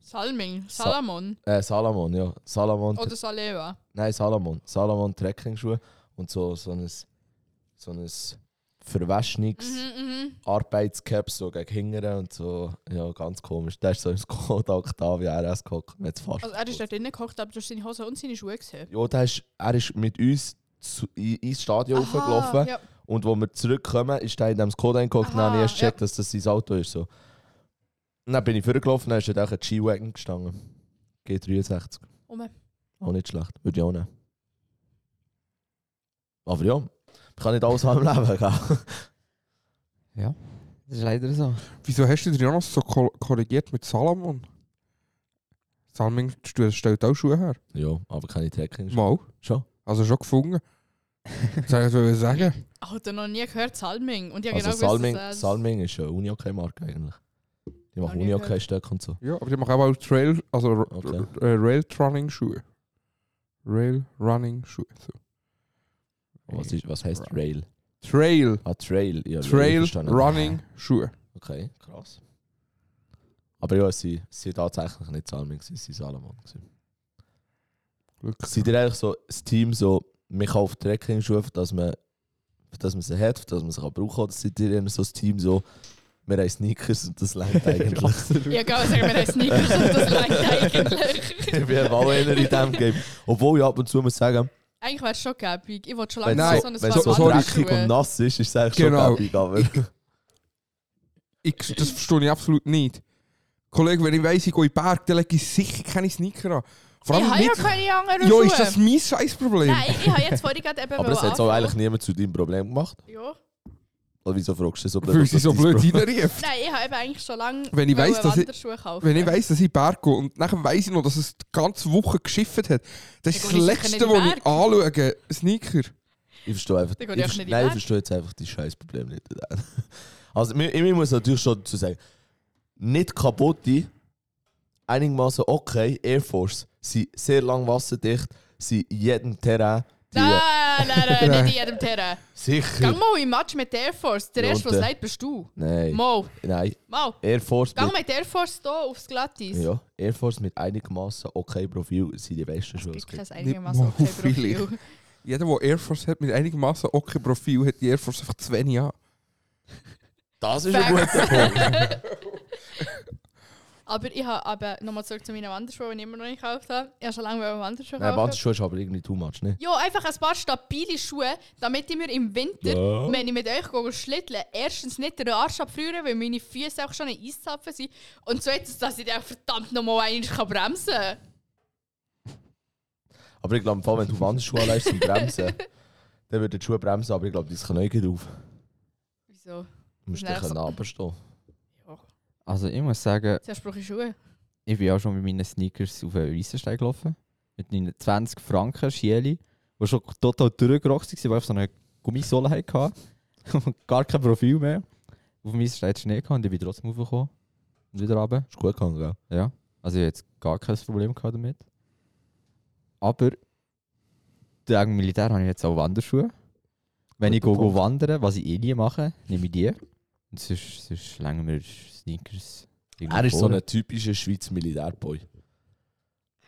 Speaker 3: Salming,
Speaker 6: Sa-
Speaker 3: Salamon
Speaker 6: Äh, Salamon, ja. Salamon.
Speaker 3: oder Saleva.
Speaker 6: Nein, Salomon. Salomon Trekkingschuhe und so, so ein, so ein Verwäschungs-
Speaker 3: Mhm, mhm.
Speaker 6: Arbeitscap so gegen hinten und so. Ja, ganz komisch. Der ist so im Skoda Octavia RS gehockt. Man hat's fast
Speaker 3: Also er ist da drinnen gehockt, aber du hast seine Hose und seine Schuhe gesehen.
Speaker 6: ja, der ist, er ist mit uns zu, in, ins Stadion
Speaker 3: Aha,
Speaker 6: hochgelaufen.
Speaker 3: Ja.
Speaker 6: Und wo wir zurückkommen, ist der in dem Skoda eingehockt und dann habe ich erst
Speaker 3: Aha, ja.
Speaker 6: gecheckt, dass das sein Auto ist. So. Und dann bin ich vorgelaufen, dann ist dort auch ein G-Wagon gestanden. G63.
Speaker 3: Ume.
Speaker 6: Auch nicht schlecht. Würde ich auch nehmen. Aber ja, man kann nicht alles haben im Leben, gell?
Speaker 2: Das ist leider so.
Speaker 1: Wieso hast du den Jonas so kor- korrigiert mit Salomon? Salming st- stellt auch Schuhe her.
Speaker 6: Ja, aber keine Trekking.
Speaker 1: Mal.
Speaker 6: Schon.
Speaker 1: Also schon gefunden. Das wollte ich jetzt sagen.
Speaker 3: Alter, noch nie gehört Salming. Und ich habe
Speaker 6: also
Speaker 3: genau
Speaker 6: Salming,
Speaker 3: gewusst, dass
Speaker 6: Salming ist eine Unihockey-Marke eigentlich. Die
Speaker 3: Noch
Speaker 6: machen
Speaker 3: nie
Speaker 6: Unihockey-Stöcke und so.
Speaker 1: Ja, aber die machen auch Trail, also r-
Speaker 6: Okay.
Speaker 1: r- äh, Rail-Running-Schuhe. Rail-Running-Schuhe. So.
Speaker 6: Was, ist, was heisst Rail?
Speaker 1: Trail.
Speaker 6: Ah, Trail. Ja, ja, ich verstehe.
Speaker 1: Trail-Running-Schuhe.
Speaker 6: Okay, krass. Aber ja, sie sind tatsächlich nicht Salming, sie sind Salomon. gewesen. Seid ihr eigentlich so das Team, so, man kauft Trekking-Schuhe, für dass man, für dass man sie hat, für dass man sie kann brauchen kann? Oder seid ihr eher so das Team, so, wir haben Sneakers und das langt eigentlich?
Speaker 3: Ja, genau, sagen wir das nicht. Das reicht eigentlich.
Speaker 6: ich bin auch eher in diesem Game. Obwohl ich ab und zu muss sagen,
Speaker 3: Eigentlich wäre es schon gäbig. Ich wollte schon
Speaker 6: wenn
Speaker 1: Nein,
Speaker 3: lange
Speaker 6: es
Speaker 3: so
Speaker 6: so,
Speaker 3: ein
Speaker 6: wenn es so,
Speaker 1: sorry.
Speaker 6: dreckig und nass ist, ist es eigentlich
Speaker 1: Genau.
Speaker 6: schon gäbig, aber...
Speaker 1: Ich, das verstehe ich absolut nicht. Kollege, wenn ich weiss, ich gehe in den Berg, dann lege ich sicher keine Sneaker an. Vor
Speaker 3: Ich
Speaker 1: allem
Speaker 3: habe ja
Speaker 1: mit...
Speaker 3: keine anderen
Speaker 1: Ja,
Speaker 3: Schuhe.
Speaker 1: ist das mein Scheißproblem?
Speaker 3: Nein, ich habe jetzt vorhin gerade eben...
Speaker 6: Aber das
Speaker 3: wollen
Speaker 6: hat es auch
Speaker 3: anfangen.
Speaker 6: eigentlich niemand zu deinem Problem gemacht.
Speaker 3: Ja.
Speaker 6: Oder wieso fragst du so
Speaker 1: Weil
Speaker 6: ob
Speaker 1: sie
Speaker 6: das
Speaker 1: so
Speaker 6: dein
Speaker 1: blöd
Speaker 6: Problem-
Speaker 1: reinrief.
Speaker 3: Nein, ich habe eben eigentlich schon lange
Speaker 1: Wenn ich weiss,
Speaker 3: wollen
Speaker 1: dass ich-
Speaker 3: Wanderschuhe kaufen.
Speaker 1: Wenn ich weiss, dass ich in den Berg gehe und nachher weiss ich noch, dass es die ganze Woche geschifft hat, das ist
Speaker 3: Dann
Speaker 1: das
Speaker 3: gehe ich sicher
Speaker 1: Letzte,
Speaker 3: nicht in
Speaker 1: was
Speaker 3: den
Speaker 1: ich anschaue. Sneaker.
Speaker 6: Ich verstehe einfach.
Speaker 3: Dann
Speaker 6: Ich
Speaker 3: geh ich auch
Speaker 6: verstehe,
Speaker 3: nicht
Speaker 6: nein, ich
Speaker 3: weg.
Speaker 6: verstehe jetzt einfach dein scheiß Problem nicht. Also, ich, ich muss natürlich schon dazu sagen, nicht kaputte, einigermaßen okay, Air Force sind sehr lang wasserdicht, sind in jedem Terrain. Die,
Speaker 3: Nein, nein,
Speaker 1: Nein.
Speaker 3: nein, nicht in jedem Terrain.
Speaker 6: sicher.
Speaker 3: Gang mal im Match mit der Air Force. Der
Speaker 6: Ja,
Speaker 3: erste,
Speaker 6: und,
Speaker 3: was
Speaker 6: äh,
Speaker 3: leid, bist du.
Speaker 6: Nein,
Speaker 3: Mal,
Speaker 6: nein.
Speaker 3: mal.
Speaker 6: Air Force
Speaker 3: Gang
Speaker 6: mit,
Speaker 3: mit der Air Force hier aufs Glattis.
Speaker 6: ja, Air Force mit einigermaßen okay Profil sind die besten Schuhe.
Speaker 3: Es
Speaker 6: die
Speaker 3: gibt
Speaker 6: es gibt.
Speaker 3: kein eigenes
Speaker 1: Nicht mal
Speaker 3: Massenprofil.
Speaker 1: vielleicht. jeder, der Air Force hat, mit einigermaßen okay Profil, hat die Air Force einfach zu wenig an.
Speaker 6: Das ist ein guter Punkt.
Speaker 3: Facts. aber ich habe aber nochmal zurück zu meinen Wanderschuhen, die ich immer noch nicht gekauft habe. Ich habe schon lange wollen Wanderschuhe
Speaker 6: Nein,
Speaker 3: kaufen.
Speaker 6: Wanderschuhe ist aber irgendwie too much, ne?
Speaker 3: Ja, einfach ein paar stabile Schuhe, damit ich mir im Winter,
Speaker 1: Oh.
Speaker 6: Ja.
Speaker 3: wenn ich mit euch gehe schlitteln, erstens nicht den Arsch abfrieren, weil meine Füße auch schon in Eiszapfen sind. Und zweitens, dass ich dann auch verdammt nochmal eigentlich kann bremsen kann.
Speaker 6: Aber ich glaube, im Fall, wenn du Wanderschuhe anlegst zum Bremsen, dann würde die Schuhe bremsen, aber ich glaube, das kann nicht gut auf.
Speaker 3: Wieso?
Speaker 6: Du musst
Speaker 3: Nein,
Speaker 6: dich
Speaker 3: so-
Speaker 6: runterstehen.
Speaker 2: Also ich muss sagen,
Speaker 3: Zuerst brauche ich Schuhe.
Speaker 2: ich bin auch schon mit meinen Sneakers auf einen Weissenstein gelaufen. Mit meinen 20 Franken Schieli, die schon total durchgerockt waren, weil ich so eine Gummisohle hatte. Und gar kein Profil mehr. Auf dem Weissenstein hatte Schnee gehabt und ich bin trotzdem raufgekommen. Und wieder runter.
Speaker 6: Ist gut gegangen, gell?
Speaker 2: Ja, also ich hab jetzt gar kein Problem gehabt damit. Aber wegen Militär habe ich jetzt auch Wanderschuhe. Wenn ich
Speaker 6: Guter
Speaker 2: go, go
Speaker 6: Punkt.
Speaker 2: wandern, was ich eh nie mache, nehme ich die. Und sonst, sonst schlängen wir Sneakers. irgendwo
Speaker 6: Er ist so
Speaker 2: vor.
Speaker 6: ein typischer Schweizer Militärboy.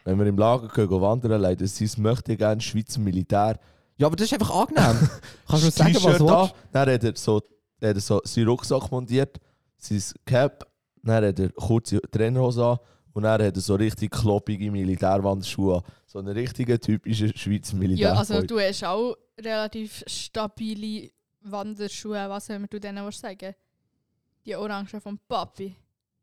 Speaker 6: Wenn wir im Lager gehen, gehen wandern, leider sie möchte gerne Schweizer Militär.
Speaker 2: Ja, aber das ist einfach angenehm. Kannst du mir sagen, was
Speaker 6: T-Shirt
Speaker 2: du
Speaker 6: an,
Speaker 2: willst?
Speaker 6: Dann hat er so, dann hat er so seinen Rucksack montiert, sein Cap, dann hat er kurze Trainerhose an und dann hat er so richtig kloppige Militärwanderschuhe an. So einen richtigen typischen Schweizer Militärboy.
Speaker 3: Ja, also du hast auch relativ stabile Wanderschuhe, was soll man du denen was sagen? Die Orangen vom Papi.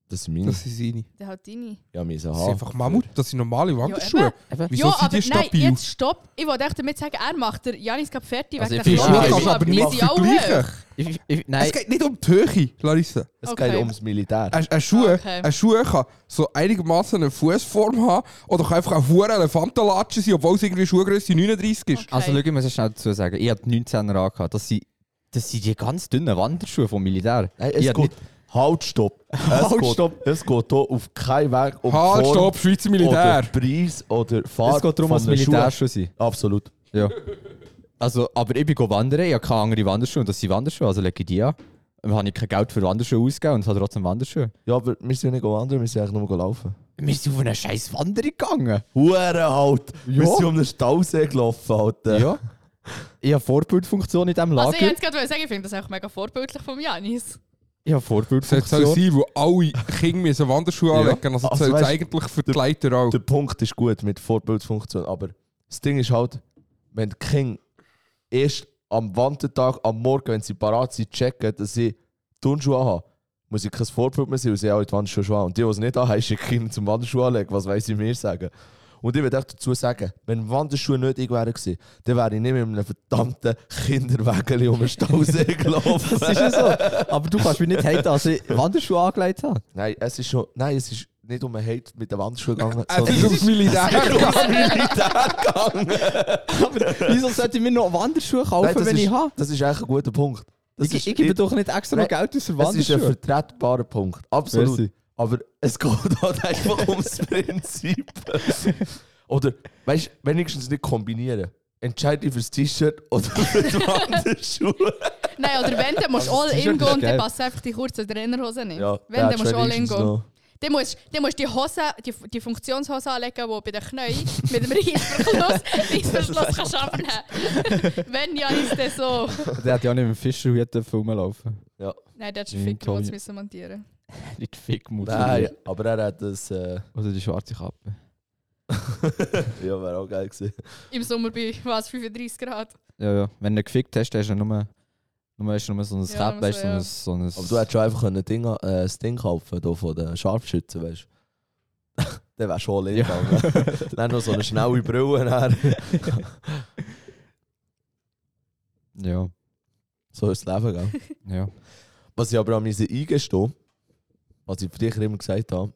Speaker 6: Das sind meine.
Speaker 1: Das sind seine.
Speaker 3: Der hat deine.
Speaker 6: Ja, meine
Speaker 1: Das sind einfach Mammut, das sind normale Wanderschuhe.
Speaker 3: eben.
Speaker 2: Eben.
Speaker 1: Wieso sind die stabil?
Speaker 3: nein, jetzt stopp. Ich wollte echt damit sagen, er macht der Janis gerade fertig
Speaker 2: Also
Speaker 3: wegen
Speaker 2: ich finde,
Speaker 3: der
Speaker 1: Schuhe
Speaker 2: Nein,
Speaker 1: kannst du
Speaker 3: Klappe,
Speaker 1: aber
Speaker 3: die
Speaker 1: nicht
Speaker 3: sind auch hoch.
Speaker 1: vergleichen.
Speaker 2: Ich, ich, nein,
Speaker 1: Es geht nicht um die Höhe, Larissa.
Speaker 6: Es
Speaker 3: Okay.
Speaker 6: geht ums Militär.
Speaker 2: Äh,
Speaker 1: Ein, ein, Schuh,
Speaker 3: Okay.
Speaker 1: ein Schuh kann so einigermaßen eine Fußform haben oder kann einfach eine hohe Elefantenlatsche sein, obwohl es irgendwie Schuhgröße 39 ist.
Speaker 3: Okay.
Speaker 2: also schau, ich muss es schnell dazu sagen. Ich habe 19er angehabt. Das sind, das sind die ganz dünnen Wanderschuhe vom Militär.
Speaker 6: Nein,
Speaker 2: Ich
Speaker 6: Äh, es
Speaker 2: hab
Speaker 6: geht. Halt, stopp. Es
Speaker 2: Halt,
Speaker 6: geht,
Speaker 2: stopp.
Speaker 6: Es geht hier auf keinen Weg um
Speaker 1: Halt,
Speaker 6: Form
Speaker 1: stopp, Schweizer
Speaker 6: oder
Speaker 1: Militär.
Speaker 6: Preis oder Farbe.
Speaker 2: Es geht darum,
Speaker 6: von
Speaker 2: was
Speaker 6: den
Speaker 2: Militär
Speaker 6: Schuhen.
Speaker 2: schon sind.
Speaker 6: Absolut.
Speaker 2: Ja. Also, aber ich bin go wandern, ich habe keine andere Wanderschuhe und das sind Wanderschuhe, also lege ich die an. Dann habe ich kein Geld für Wanderschuhe ausgegeben und habe trotzdem Wanderschuhe.
Speaker 6: Ja, aber wir sind nicht wandern, wir sind eigentlich nur laufen.
Speaker 2: Wir sind auf eine scheiß Wanderung gegangen.
Speaker 6: Hure halt! Wir
Speaker 2: Ja.
Speaker 6: sind um den Stausee gelaufen, Alter.
Speaker 2: Ja. Ich habe Vorbildfunktion in diesem Lager.
Speaker 3: Also ich hätte gerade sagen, ich finde das einfach mega vorbildlich vom Janis.
Speaker 2: ich habe
Speaker 1: Das soll
Speaker 2: Vorbildfunktion.
Speaker 1: sein, wo alle Kinder müssen Wanderschuhe
Speaker 2: Ja.
Speaker 1: anlegen Also, also
Speaker 6: Also
Speaker 1: zählt
Speaker 6: weißt-
Speaker 1: eigentlich für die Leiter auch.
Speaker 6: Der Punkt ist gut mit Vorbildfunktion, aber das Ding ist halt, wenn die Kinder erst am Wandtag, am Morgen, wenn sie parat sind, checken, dass sie Turnschuhe haben, muss ich kein Vorbild mehr sein, weil sie auch die Wanderschuhe schon haben. Und die, die es nicht haben, ist die Kinder zum Wanderschuh anlegen, was weiß ich mir sagen. Und ich würde auch dazu sagen, wenn Wanderschuhe nicht ich wäre, gewesen, dann wäre ich nicht mit einem verdammten Kinderwägel um den Stausee gelaufen.
Speaker 2: Das ist ja so. Aber du kannst mich nicht haten, dass ich Wanderschuhe angelegt habe.
Speaker 6: Nein, es ist schon. Nein, es ist nicht um einen Hate mit der Wandschuhe gegangen,
Speaker 1: Äh,
Speaker 6: sondern
Speaker 1: das ist ums Militär.
Speaker 6: um Militär gegangen.
Speaker 2: Wieso sollte ich mir noch Wanderschuhe kaufen,
Speaker 6: Nein, das,
Speaker 2: wenn
Speaker 6: ist,
Speaker 2: ich habe?
Speaker 6: das ist eigentlich ein guter Punkt. Das
Speaker 2: Ich,
Speaker 6: ist,
Speaker 2: ich gebe doch nicht extra noch
Speaker 6: Nein,
Speaker 2: Geld aus für
Speaker 6: es ist
Speaker 2: Wanderschuhe.
Speaker 6: ein vertretbarer Punkt. Absolut.
Speaker 2: Merci.
Speaker 6: Aber es geht halt einfach ums Prinzip. Oder, weißt du, wenigstens nicht kombinieren. Entscheide dich fürs T-Shirt oder für die Wanderschuhe.
Speaker 3: Nein, oder wenn, dann musst du
Speaker 6: Also, das
Speaker 3: all
Speaker 6: T-Shirt
Speaker 3: in gehen
Speaker 6: ist
Speaker 3: und dann
Speaker 6: geil.
Speaker 3: passt einfach die kurze Trainerhose nicht. wenn,
Speaker 6: der
Speaker 3: dann musst du all in
Speaker 6: wenigstens
Speaker 3: gehen.
Speaker 6: noch-
Speaker 3: Dann musst, dann musst du die Hose, die, die Funktionshose anlegen, die bei den Knien mit dem Reissverschluss, Reissverschluss kannst du abnehmen. Wenn ja, ist das so.
Speaker 2: Der hat ja auch nicht mit dem Fischerhut rumlaufen.
Speaker 3: Nein, das
Speaker 2: Mm,
Speaker 3: ist Fick,
Speaker 2: toll.
Speaker 3: was müssen montieren.
Speaker 2: Nicht Fickmutter.
Speaker 6: Nein, aber er hat das. Äh,
Speaker 2: Oder die schwarze Kappe.
Speaker 6: ja, wäre auch geil gewesen.
Speaker 3: Im Sommer bei was 35 Grad.
Speaker 2: Ja, ja. Wenn du gefickt hast, hast du ja nur, nur, hast du nur so ein
Speaker 3: Ja,
Speaker 2: Cap, weißt du,
Speaker 3: nur
Speaker 2: so ein. So
Speaker 6: Aber
Speaker 2: ein
Speaker 6: du hättest schon einfach ein Ding, äh, das Ding kaufen hier von den Scharfschützen, weißt du? Dann wärst du schon leer
Speaker 2: Ja.
Speaker 6: gegangen. Dann noch so eine schnelle Brille. Dann.
Speaker 2: ja,
Speaker 6: So ist das Leben, gell?
Speaker 2: ja.
Speaker 6: Was ich aber an mir eingestehen was ich früher immer gesagt habe,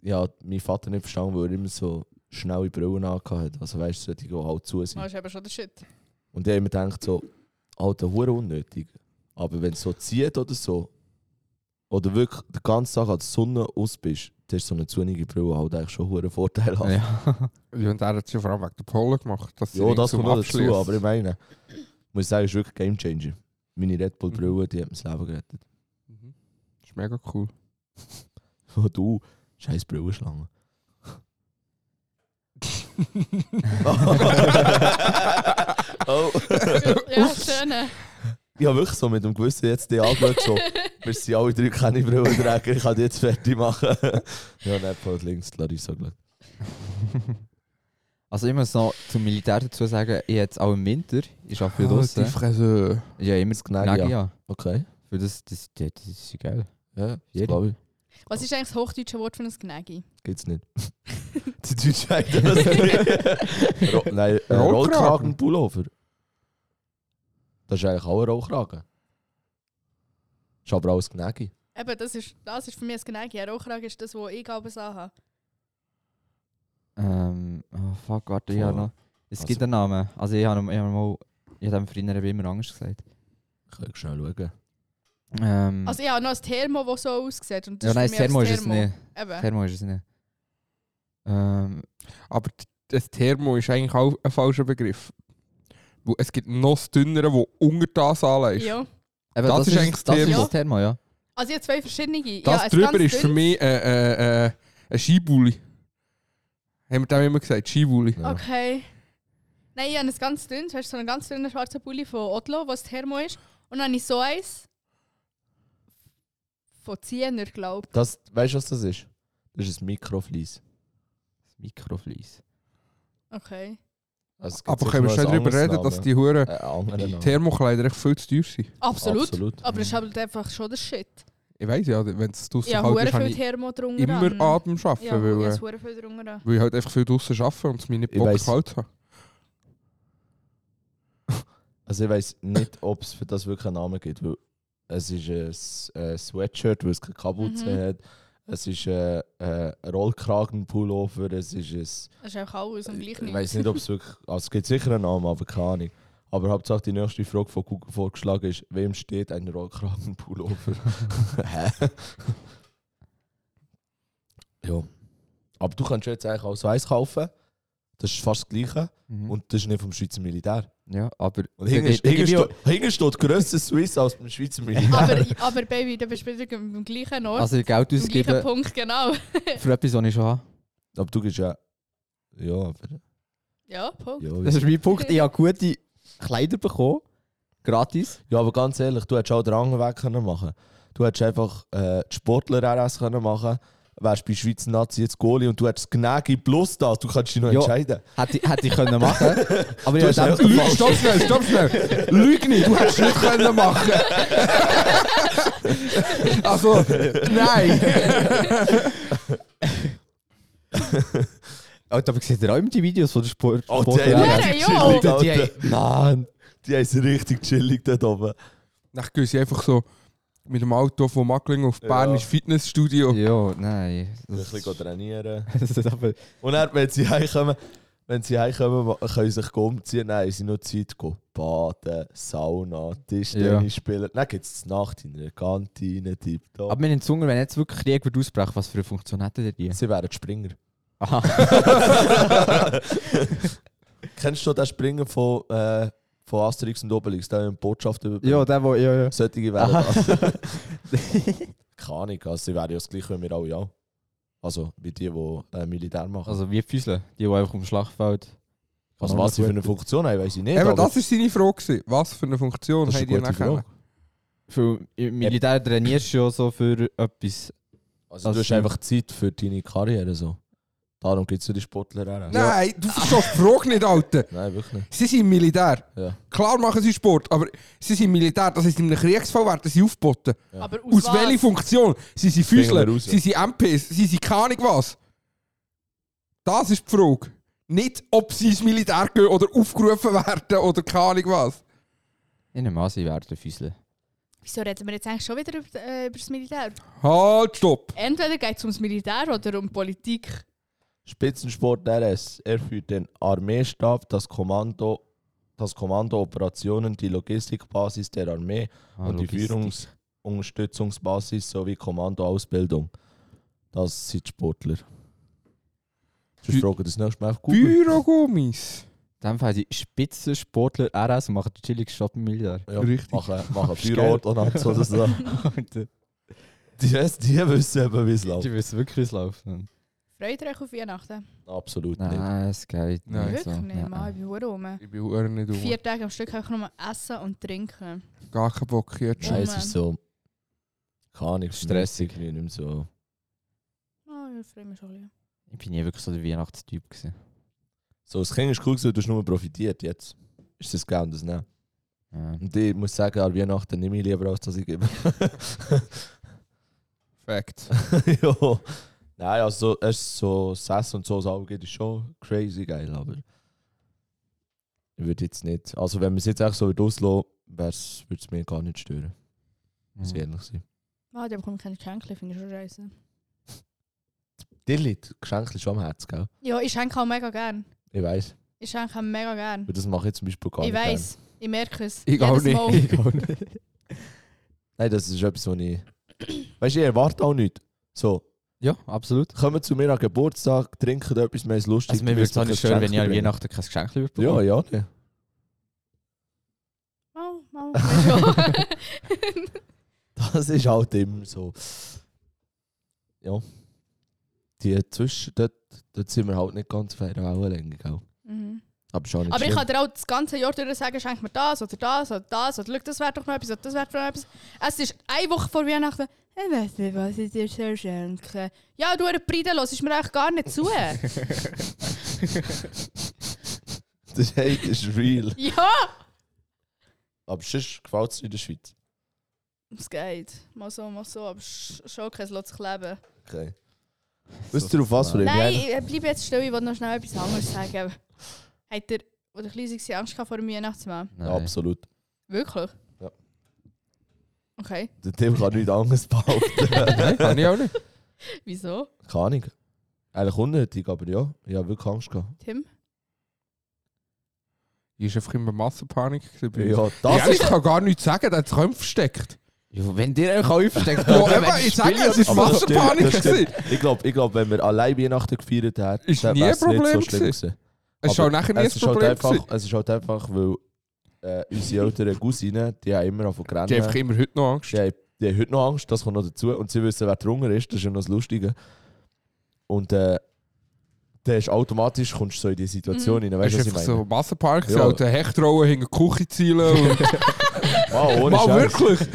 Speaker 6: ich habe meinen Vater nicht verstanden, weil er immer so schnelle Brillen angehabt hat. Also weißt du, solche, die halt zu sind.
Speaker 3: Das Ah, ist eben schon der Shit.
Speaker 6: Und ich habe mir gedacht, so, alter, hure unnötig. Aber wenn es so zieht oder so, oder wirklich den ganzen Tag an der Sonne aus bist, dann ist so eine zunige Brille halt eigentlich schon hure Vorteil. Ja,
Speaker 2: ja.
Speaker 1: Ja, und er hat es ja vor allem wegen der Pollen gemacht. dass sie
Speaker 6: ja das
Speaker 1: ringsum
Speaker 6: kommt noch dazu,
Speaker 1: abschliessen.
Speaker 6: aber ich meine, muss ich sagen, ist wirklich Game Changer. Meine Red Bull Brille, die hat mir das Leben gerettet.
Speaker 1: Mhm. Das ist mega cool.
Speaker 6: Oh, Und du, scheiß Brillenschlange. oh.
Speaker 3: Ja, schön.
Speaker 6: Ich habe wirklich so mit dem Gewissen jetzt die angeschaut, so, wir sind alle drei keine Brillenträger, ich kann die jetzt fertig machen. ja, dann hat links die Larissa geschaut.
Speaker 2: Also ich muss noch zum Militär dazu sagen, ich jetzt auch im Winter, ich arbeite
Speaker 1: Ah,
Speaker 2: ja
Speaker 1: die
Speaker 2: draussen.
Speaker 1: Fräse.
Speaker 2: Ja, immer das
Speaker 6: Gnägi,
Speaker 2: Gnägi,
Speaker 6: ja.
Speaker 2: ja.
Speaker 6: Okay.
Speaker 2: Für das, das, das, das ist geil.
Speaker 6: Ja,
Speaker 2: Jede.
Speaker 6: glaube ich.
Speaker 3: Was ist eigentlich das hochdeutsche Wort für ein Gnägi?
Speaker 6: Geht's nicht. die Deutschen haben das nicht. Ro Nein, äh,
Speaker 1: Rollkragen.
Speaker 6: Rollkragenpullover. Das ist eigentlich auch ein Rollkragen. Ist aber alles Gnägi.
Speaker 3: Eben, das ist, das ist für mich ein Gnägi. Ein Rauchragen ist das, was ich glaube, es habe.
Speaker 2: Ähm, oh fuck, warte, ich
Speaker 6: Voll.
Speaker 2: habe noch. Es
Speaker 6: Also-
Speaker 2: gibt einen Namen. Also ich habe ich hab mal. Ich habe früher eben immer anders gesagt.
Speaker 6: Ich kann schnell schauen.
Speaker 2: Ähm,
Speaker 3: Also ich habe noch ein Thermo, das so aussieht. Und das
Speaker 2: ja, nein,
Speaker 3: ist für mich
Speaker 2: Thermo
Speaker 3: ein
Speaker 2: ist es nicht.
Speaker 3: Eben.
Speaker 2: Thermo ist es nicht. Ähm,
Speaker 1: Aber d- das Thermo ist eigentlich auch ein falscher Begriff. Wo- Es gibt noch dünnere, wo unter das anlegst.
Speaker 3: Ja.
Speaker 2: eben,
Speaker 1: Das ist eigentlich das
Speaker 2: das
Speaker 1: Thermo.
Speaker 2: Ist das Thermo, ja.
Speaker 3: Also ich habe zwei verschiedene. ja,
Speaker 1: Das
Speaker 3: ein
Speaker 1: drüber
Speaker 3: ganz
Speaker 1: ist für
Speaker 3: dünnes.
Speaker 1: mich äh, äh, äh, ein Skibulli. Haben wir dem immer gesagt, Skibulli.
Speaker 6: Ja.
Speaker 3: Okay. Nein, ich habe ein ganz dünnes, weißt du, so einen ganz dünnen schwarzen Pulli von Odlo, was Thermo ist. Und dann habe ich so eins von Ziener, glaube
Speaker 6: Das, weißt du, was das ist? Das ist ein Mikroflies.
Speaker 2: Das Mikroflies.
Speaker 3: ich. Okay.
Speaker 6: Also, es gibt
Speaker 1: Aber
Speaker 6: jetzt
Speaker 1: können wir
Speaker 6: noch
Speaker 1: schnell
Speaker 6: ein
Speaker 1: darüber reden,
Speaker 6: anderes
Speaker 1: dass
Speaker 6: Namen.
Speaker 1: die Huren
Speaker 6: Äh, anderen Namen.
Speaker 1: Thermokleider echt viel zu teuer sind.
Speaker 3: Absolut.
Speaker 6: Absolut.
Speaker 3: Aber das ist halt einfach schon der Shit.
Speaker 1: Ich weiß ja, wenn es draußen
Speaker 3: Ja,
Speaker 1: kalt
Speaker 3: hure
Speaker 1: ist, habe halt,
Speaker 3: viel
Speaker 1: ich
Speaker 3: Thermo drunter.
Speaker 1: immer
Speaker 3: an.
Speaker 1: an dem Arbeiten,
Speaker 3: Ja,
Speaker 1: weil,
Speaker 3: ich
Speaker 1: äh,
Speaker 3: habe hure viel drunter. an.
Speaker 1: weil ich halt einfach viel draußen arbeite und es mir nicht
Speaker 6: Ich
Speaker 1: Bock
Speaker 6: weiss.
Speaker 1: kalt hat.
Speaker 6: Also ich weiß nicht, ob es für das wirklich einen Namen gibt, weil es ist ein S- ein Sweatshirt, weil es keine Kapuze
Speaker 3: Mhm.
Speaker 6: hat. Es ist ein, äh, ein Rollkragenpullover, es ist
Speaker 3: Das ist einfach alles
Speaker 1: äh,
Speaker 6: ein...
Speaker 3: und gleich
Speaker 6: Ich
Speaker 3: nicht.
Speaker 6: weiß nicht, ob es wirklich... Also es gibt sicher einen Namen, aber keine Ahnung. Aber Hauptsache die nächste Frage von Google vorgeschlagen ist, wem steht ein Rollkragenpullover? Hä? ja. Aber du kannst jetzt eigentlich auch so eins kaufen. Das ist fast das Gleiche.
Speaker 2: Mhm.
Speaker 6: Und das ist nicht vom Schweizer Militär.
Speaker 2: ja, aber.
Speaker 6: Und
Speaker 2: Da geht- da gebe ich auch-
Speaker 6: hinten steht grösser Swiss als beim Schweizer Militär.
Speaker 3: aber, aber Baby, du bist wieder am gleichen Ort.
Speaker 2: Also Geld
Speaker 3: am gleichen
Speaker 2: ausgeben
Speaker 3: Punkt, genau.
Speaker 2: für etwas, was ich schon habe.
Speaker 6: Aber du gehst ja. Ja, aber.
Speaker 3: Ja, Punkt.
Speaker 6: Ja,
Speaker 2: Das
Speaker 6: wie-
Speaker 2: ist mein Punkt. Ich habe gute Kleider bekommen. Gratis.
Speaker 6: ja, aber ganz ehrlich, du hättest auch den Rang weg können machen Du hättest einfach äh, die Sportler-RS können machen Wärst bei Schweizer Nazi jetzt Goalie und du hättest Gnägi plus das. Du kannst dich noch
Speaker 2: Ja.
Speaker 6: entscheiden.
Speaker 2: Hätte, ich- hätte ich können machen. Aber ich
Speaker 6: Du hast
Speaker 2: habe
Speaker 6: einfach
Speaker 2: gedacht, Lüge,
Speaker 6: den
Speaker 1: Stopp
Speaker 6: falschen-
Speaker 1: schnell, stopp schnell! Lüg nicht, du hättest nicht können machen Also, nein!
Speaker 2: Alter, Oh, aber seht ihr auch immer die Videos von der Sport?
Speaker 6: Oh, die
Speaker 2: Sportlehrer?
Speaker 3: haben
Speaker 6: haben
Speaker 2: Alter, die haben-
Speaker 3: richtig Ja, ja. chillig,
Speaker 6: richtig chillig, Alter. Nein. Die haben es richtig chillig dort oben.
Speaker 1: Dann gehe ich einfach so mit dem Auto von Mackling auf
Speaker 6: Ja.
Speaker 1: Bern ins Fitnessstudio.
Speaker 2: Ja, nein.
Speaker 6: Ein bisschen trainieren.
Speaker 2: das ist aber,
Speaker 6: Und dann, wenn sie heimkommen, wenn sie heimkommen, wa- können sie sich umziehen. Nein, sie haben noch Zeit gehen baden, Sauna, Tischtennis
Speaker 2: Ja.
Speaker 6: spielen. Dann gibt es die Nacht in einer Kantine, tipptopp.
Speaker 2: aber meine Zunge, wenn jetzt wirklich Krieg wird ausbrechen, was für eine Funktion hätte der die?
Speaker 6: sie wären die Springer.
Speaker 2: Aha.
Speaker 6: Kennst du den Springer von, äh, von Asterix und Obelix, der eine Botschaft überbringt?
Speaker 2: ja, der, der, ja, ja.
Speaker 6: Solche wären das. Keine Ahnung, also sie wären ja das Gleiche, wenn wir alle auch. Also, wie die, die äh, Militär machen. Also,
Speaker 2: Also wie Füßle, die, die einfach um Schlachtfeld.
Speaker 6: was sie für eine Funktion haben, weiß ich nicht.
Speaker 1: Eben,
Speaker 6: aber
Speaker 1: das war seine Frage. gewesen. Was für eine Funktion
Speaker 6: das ist
Speaker 1: haben
Speaker 6: eine
Speaker 1: die
Speaker 6: gute
Speaker 1: nachher?
Speaker 6: Frage.
Speaker 2: Für im Militär trainierst du ja so für etwas.
Speaker 6: Also,
Speaker 2: Das
Speaker 6: du hast
Speaker 2: stimmt.
Speaker 6: einfach Zeit für deine Karriere so. Darum gibt es ja die Sportler auch.
Speaker 1: Nein, du verstehst die Frage nicht, Alter!
Speaker 6: Nein, wirklich nicht.
Speaker 1: Sie sind im Militär.
Speaker 6: Ja.
Speaker 1: Klar machen sie Sport, aber sie sind im Militär. Das ist in einem Kriegsfall werden sie aufgeboten.
Speaker 6: Ja.
Speaker 3: Aber
Speaker 1: Aus,
Speaker 3: aus,
Speaker 1: welcher
Speaker 3: was?
Speaker 1: Funktion? Sie sind
Speaker 6: Finger
Speaker 1: Füßler,
Speaker 6: raus.
Speaker 1: sie sind MPs, sie sind keine Ahnung was. Das ist die Frage. Nicht, ob sie ins Militär gehen oder aufgerufen werden oder keine Ahnung was.
Speaker 2: In einem Maße werden Füßle.
Speaker 3: Wieso reden wir jetzt eigentlich schon wieder über, äh, über das Militär?
Speaker 1: Halt, stopp.
Speaker 3: Entweder geht es ums Militär oder um Politik.
Speaker 6: Spitzensport RS. Er führt den Armeestab, das Kommando, das Kommando Operationen, die Logistikbasis der Armee
Speaker 2: Ah, Also
Speaker 6: und die Führungs- Unterstützungsbasis sowie Kommandoausbildung. Das sind die Sportler.
Speaker 1: Bü-
Speaker 6: Ich frage das nächste Mal auf Google.
Speaker 1: Bürogummis.
Speaker 2: Dann fahren die Spitzensportler RS und machen den chilligen Job im Militär.
Speaker 6: Ja,
Speaker 1: Richtig.
Speaker 6: Machen, machen
Speaker 2: Ist
Speaker 6: Büro und so. das so.
Speaker 2: Alter,
Speaker 6: Die, die wissen eben, wie es läuft.
Speaker 2: die wissen wirklich, wie es läuft. Mann.
Speaker 3: Freut ihr euch auf Weihnachten?
Speaker 6: Absolut nicht.
Speaker 2: Nein, es geht
Speaker 1: Nein.
Speaker 2: nicht.
Speaker 3: Wirklich
Speaker 2: So.
Speaker 3: nicht, Mann,
Speaker 2: Nein.
Speaker 3: ich bin verdammt rum.
Speaker 1: Also, Ich bin auch nicht um.
Speaker 3: Vier Tage am Stück einfach nur essen und trinken.
Speaker 1: Gar keinen Bock jetzt schon.
Speaker 6: Nein, es ist so. Keine Ahnung,
Speaker 2: Stressig.
Speaker 6: stressig. Nicht mehr so.
Speaker 3: Ah, ich freue mich schon ein bisschen.
Speaker 2: Ich bin nie wirklich so der Weihnachtstyp. Gewesen.
Speaker 6: So, das Kind ist cool, gewesen, du hast nur profitiert jetzt. Ist das Geld und das Nehmen.
Speaker 2: Ja.
Speaker 6: Und ich muss sagen, an Weihnachten nehme ich lieber, als dass ich gebe.
Speaker 1: Fact.
Speaker 6: ja. Nein, also es ist so Sass und so Sachen geht ist schon crazy geil, aber ich würde jetzt nicht. Also wenn man es jetzt echt so auslassen würde, würde es mir gar nicht stören, muss ich
Speaker 2: Mhm.
Speaker 6: ehrlich sein.
Speaker 3: Ah, die bekommen keine Geschenke, finde ich schon scheiße.
Speaker 6: Dir liegt Geschenke schon am Herzen, gell?
Speaker 3: Ja, ich schenke auch mega gern.
Speaker 6: Ich weiß.
Speaker 3: Ich schenke auch mega gern.
Speaker 6: Aber das mache ich zum Beispiel gar
Speaker 3: Ich
Speaker 6: nicht.
Speaker 3: weiß, ich merke es.
Speaker 1: Ich auch
Speaker 3: Jedes
Speaker 1: nicht.
Speaker 3: Mal.
Speaker 6: gerne. Ich auch nicht. Nein, das ist etwas, was ich. Weißt du, ich erwarte auch nicht. So,
Speaker 2: ja, absolut.
Speaker 6: kommen zu mir an Geburtstag, trinken etwas, mehr ist lustig.
Speaker 2: Also mir
Speaker 6: du
Speaker 2: würde
Speaker 6: wirst
Speaker 2: es auch
Speaker 6: mir
Speaker 2: nicht
Speaker 6: kein
Speaker 2: schön, wenn ich an
Speaker 6: Geschenk bringen.
Speaker 2: Weihnachten kein Geschenk bekomme.
Speaker 6: Ja, ja, ne.
Speaker 3: Mal, mal, mal schon.
Speaker 6: Das ist halt immer so. Ja. Die zwischen dort, dort sind wir halt nicht ganz fair Wellenlänge, gell?
Speaker 3: mhm.
Speaker 6: Aber schon nicht
Speaker 3: Aber ich
Speaker 6: schlimm.
Speaker 3: kann dir auch das ganze Jahr durch sagen, schenk mir das oder das oder das oder schau, das wäre doch noch etwas oder das wäre doch noch etwas. Es ist eine Woche vor Weihnachten. Ich weiß nicht, was ich dir soll schenken Ja, du, eine Bride, los ist mir eigentlich gar nicht zu.
Speaker 6: Der Hate ist real.
Speaker 3: ja!
Speaker 6: Aber sonst gefällt es in der Schweiz.
Speaker 3: Es geht. Mal so, mal so, aber sch- schon kein lässt sich leben.
Speaker 6: Okay. Wisst ihr, auf was wir
Speaker 3: Nein, ich bleib jetzt still, ich will noch schnell etwas anderes sagen. Hat der, oder klein war, Angst gehabt vor dem Weihnachtsmann?
Speaker 2: Nein.
Speaker 6: Absolut.
Speaker 3: Wirklich?
Speaker 6: Ja.
Speaker 3: Okay,
Speaker 6: Der Tim kann nichts anderes behaupten.
Speaker 1: Nein, kann ich auch nicht.
Speaker 3: wieso?
Speaker 6: Keine Ahnung. Eigentlich unnötig, aber ja. Ich habe wirklich Angst gehabt.
Speaker 3: Tim?
Speaker 1: Ich war einfach immer Massenpanik. gewesen bei uns.
Speaker 6: Ja,
Speaker 1: Ja,
Speaker 6: das
Speaker 1: ich
Speaker 6: ist.
Speaker 1: kann gar nichts sagen, der hat sich versteckt.
Speaker 2: Ja, wenn dir einfach aufsteckt,
Speaker 1: Ja, eben, ich sage, es ist
Speaker 6: Aber das stimmt,
Speaker 1: Massenpanik.
Speaker 6: das stimmt.
Speaker 1: gewesen.
Speaker 6: Ich glaube, ich glaub, wenn wir allein Weihnachten gefeiert hätten,
Speaker 1: Ist nie ein
Speaker 6: wär's nicht so
Speaker 1: Problem gewesen.
Speaker 6: schlimm gewesen.
Speaker 1: Es ist
Speaker 6: Aber
Speaker 1: auch nachher nie ein
Speaker 6: Es ist, halt
Speaker 1: Problem.
Speaker 6: einfach,
Speaker 1: gewesen.
Speaker 6: es ist halt einfach, weil äh, unsere älteren Cousinen, die haben immer auf
Speaker 1: Die haben
Speaker 6: Grenzen.
Speaker 1: einfach immer heute noch Angst.
Speaker 6: Die, haben- die haben heute noch Angst, das kommt noch dazu. Und sie wissen, wer drunter ist, das ist ja noch das Lustige. Und äh, dann ist automatisch kommst du so in die Situation rein,
Speaker 1: Es
Speaker 6: weißt du,
Speaker 1: war
Speaker 6: was ich
Speaker 1: Mhm. einfach
Speaker 6: meine?
Speaker 1: so ein Massenpark, so
Speaker 6: Ja.
Speaker 1: alte Hechtrollen hingen Küchenziele. und-
Speaker 6: Wow, ohne
Speaker 1: Mal
Speaker 6: Scheiß.
Speaker 1: wirklich!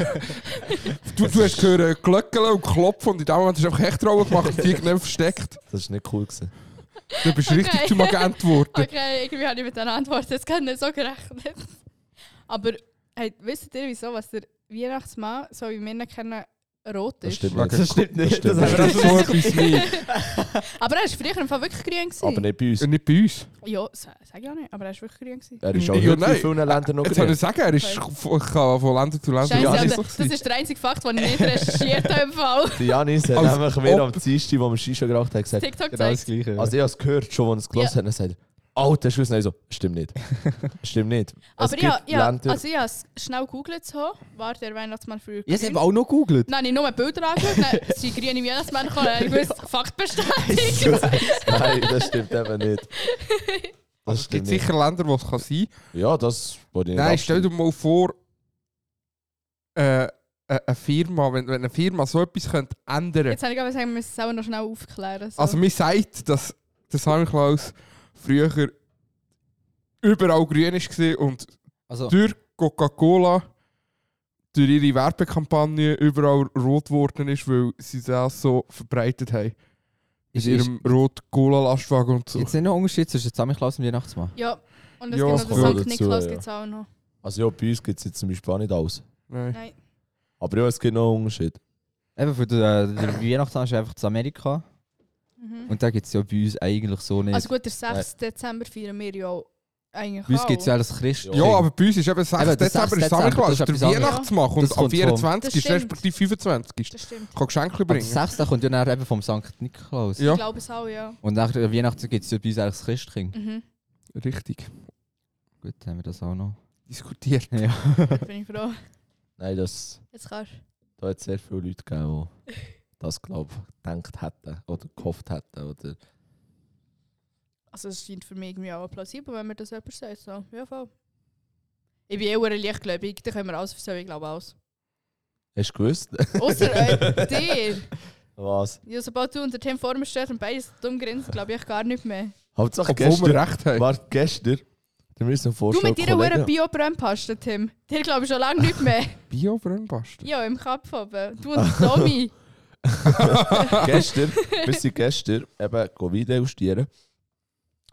Speaker 1: Du, du hast gehört, äh, Glöckeln und Klopfen und in dem Moment hast du einfach Hechtrollen gemacht und die irgendwann versteckt.
Speaker 6: Das ist nicht cool gewesen.
Speaker 1: Du bist richtig
Speaker 3: Okay.
Speaker 1: zum Agent geworden.
Speaker 3: Okay, irgendwie habe ich mit einer Antwort jetzt gar nicht so gerechnet. Aber hey, wisst ihr wieso, was der Weihnachtsmann, so wie wir ihn kennen, rot
Speaker 6: Das
Speaker 3: ist?
Speaker 6: stimmt
Speaker 1: Okay.
Speaker 6: nicht.
Speaker 1: Das
Speaker 2: stimmt nicht.
Speaker 6: Das
Speaker 1: Das
Speaker 6: haben
Speaker 1: ist so etwas nicht.
Speaker 3: Aber er war früher im Fall wirklich grün. Gewesen.
Speaker 6: Aber nicht bei uns.
Speaker 1: Ja, Nicht bei uns.
Speaker 3: Ja, sa- sag ich auch nicht, aber er war wirklich grün. Gewesen.
Speaker 6: Er ist auch
Speaker 1: Ja,
Speaker 6: heute in
Speaker 1: nein.
Speaker 6: vielen Ländern noch
Speaker 1: Jetzt soll
Speaker 6: drin.
Speaker 1: ich sagen, er ist von, kann von Länder zu Länder.
Speaker 6: also,
Speaker 3: Scheiße,
Speaker 1: Ja,
Speaker 3: aber
Speaker 1: nicht so
Speaker 3: das ist der einzige Fakt, den ich nicht recherchiert habe im Fall.
Speaker 6: Der Janis hat
Speaker 1: Als
Speaker 6: nämlich mir
Speaker 1: ob-
Speaker 6: am Dienstag, wo wir Shisha geraucht haben, gesagt,
Speaker 3: TikTok
Speaker 2: Genau das
Speaker 3: zeigt.
Speaker 2: Gleiche.
Speaker 6: Also ich habe es gehört, schon als es gelesen hat, dann sagt er, oh, das ist Nein, so, stimmt nicht. stimmt nicht. es
Speaker 3: Aber ich habe
Speaker 6: gibt
Speaker 3: ja,
Speaker 6: Länder,
Speaker 3: also ich habe es schnell gegoogelt. So. War der Weihnachtsmann früher
Speaker 2: ich
Speaker 3: grün?
Speaker 2: habe auch noch gegoogelt.
Speaker 3: Nein, ich habe nur Bilder angeschaut. Dann sind grüne Weihnachtsmänner gekommen. Ich wusste, Fakt bestätigt.
Speaker 6: Nein, das stimmt eben nicht. Das
Speaker 1: Also Es gibt
Speaker 6: stimmt nicht.
Speaker 1: sicher Länder, wo es kann sein
Speaker 6: Ja, das wollte ich nicht
Speaker 1: Nein, stell
Speaker 6: abstimmen.
Speaker 1: dir mal vor, äh, äh, eine Firma, wenn, wenn eine Firma so etwas könnte ändern
Speaker 3: Jetzt habe ich aber sagen, wir müssen es auch noch schnell aufklären. So.
Speaker 1: Also mir sagt, dass der Simon Klaus früher überall grün war und
Speaker 2: Also,
Speaker 1: durch Coca-Cola, durch ihre Werbekampagne überall rot geworden ist, weil sie das so verbreitet haben. Mit
Speaker 2: ist, ist
Speaker 1: ihrem Rot-Cola-Lastwagen und so.
Speaker 2: jetzt nicht noch ein Unterschied zwischen Zusammenklaus und Weihnachtsmann?
Speaker 3: ja, und es
Speaker 1: Ja,
Speaker 3: gibt noch
Speaker 1: kommt
Speaker 3: den
Speaker 6: ja
Speaker 3: Sankt
Speaker 6: dazu,
Speaker 3: Nikolaus,
Speaker 6: ja.
Speaker 3: gibt es auch noch.
Speaker 6: Also ja, bei uns gibt es jetzt zum Beispiel auch nicht alles.
Speaker 1: Nein.
Speaker 3: Nein.
Speaker 6: Aber ja, es gibt noch einen Unterschied.
Speaker 2: Eben, für den, äh, der Weihnachtsmann ist einfach zu Amerika.
Speaker 3: Mhm.
Speaker 2: Und da gibt es ja bei uns eigentlich so nicht.
Speaker 3: Also gut, der 6. Dezember feiern wir ja auch eigentlich
Speaker 2: bei uns
Speaker 3: auch.
Speaker 2: gibt es ja alles Christ.
Speaker 1: Ja, aber bei uns ist eben 6.
Speaker 2: Eben, der
Speaker 1: Dezember ist
Speaker 2: 6. Dezember, das
Speaker 1: Sammelklaus,
Speaker 2: ist
Speaker 1: der
Speaker 2: etwas anderes.
Speaker 1: Weihnachtsmann
Speaker 2: Das
Speaker 1: und am
Speaker 2: kommt vom-
Speaker 1: 24.
Speaker 3: Das
Speaker 1: ist
Speaker 3: stimmt.
Speaker 1: respektive 25.
Speaker 3: Das stimmt.
Speaker 1: Kann Geschenke
Speaker 2: Aber
Speaker 1: bringen.
Speaker 2: das 6. kommt ja dann eben vom St. Nikolaus.
Speaker 1: Ja.
Speaker 3: Ich glaube es auch, ja.
Speaker 2: Und nach der Weihnachten gibt es ja bei uns eigentlich das Christkind.
Speaker 3: Mhm.
Speaker 1: Richtig.
Speaker 2: Gut, haben wir das auch noch.
Speaker 1: Diskutiert.
Speaker 2: Ja.
Speaker 3: Da bin ich froh.
Speaker 6: Nein, das,
Speaker 3: Jetzt kannst du.
Speaker 6: da hat es sehr viele Leute gegeben, die das, glaube ich, gedacht hätten oder gehofft hätten. Oder
Speaker 3: Also es scheint für mich irgendwie auch plausibel, wenn mir das jemand sagt. So. Ja, voll. Ich bin eher leichtgläubig, da können wir alles versauen, ich glaube alles.
Speaker 6: Hast du gewusst?
Speaker 3: Außer äh, dir.
Speaker 6: Was?
Speaker 3: Ja, sobald du unter Tim vor mir stehst und beides dumm grinst, glaube ich gar nicht mehr.
Speaker 6: Hauptsache
Speaker 1: Obwohl wir
Speaker 6: gestern.
Speaker 1: recht haben.
Speaker 6: Warte, gestern. Du musst dir
Speaker 3: Du
Speaker 6: vorstellen,
Speaker 3: mit deiner hohen
Speaker 6: Kollegen-
Speaker 3: Bio-Brennpaste, Tim. Dir glaube ich schon lange nicht mehr.
Speaker 1: Bio-Brennpaste.
Speaker 3: ja, im Kopf oben. Du und Tommy.
Speaker 6: gestern, wir sind gestern eben go Wein degustieren.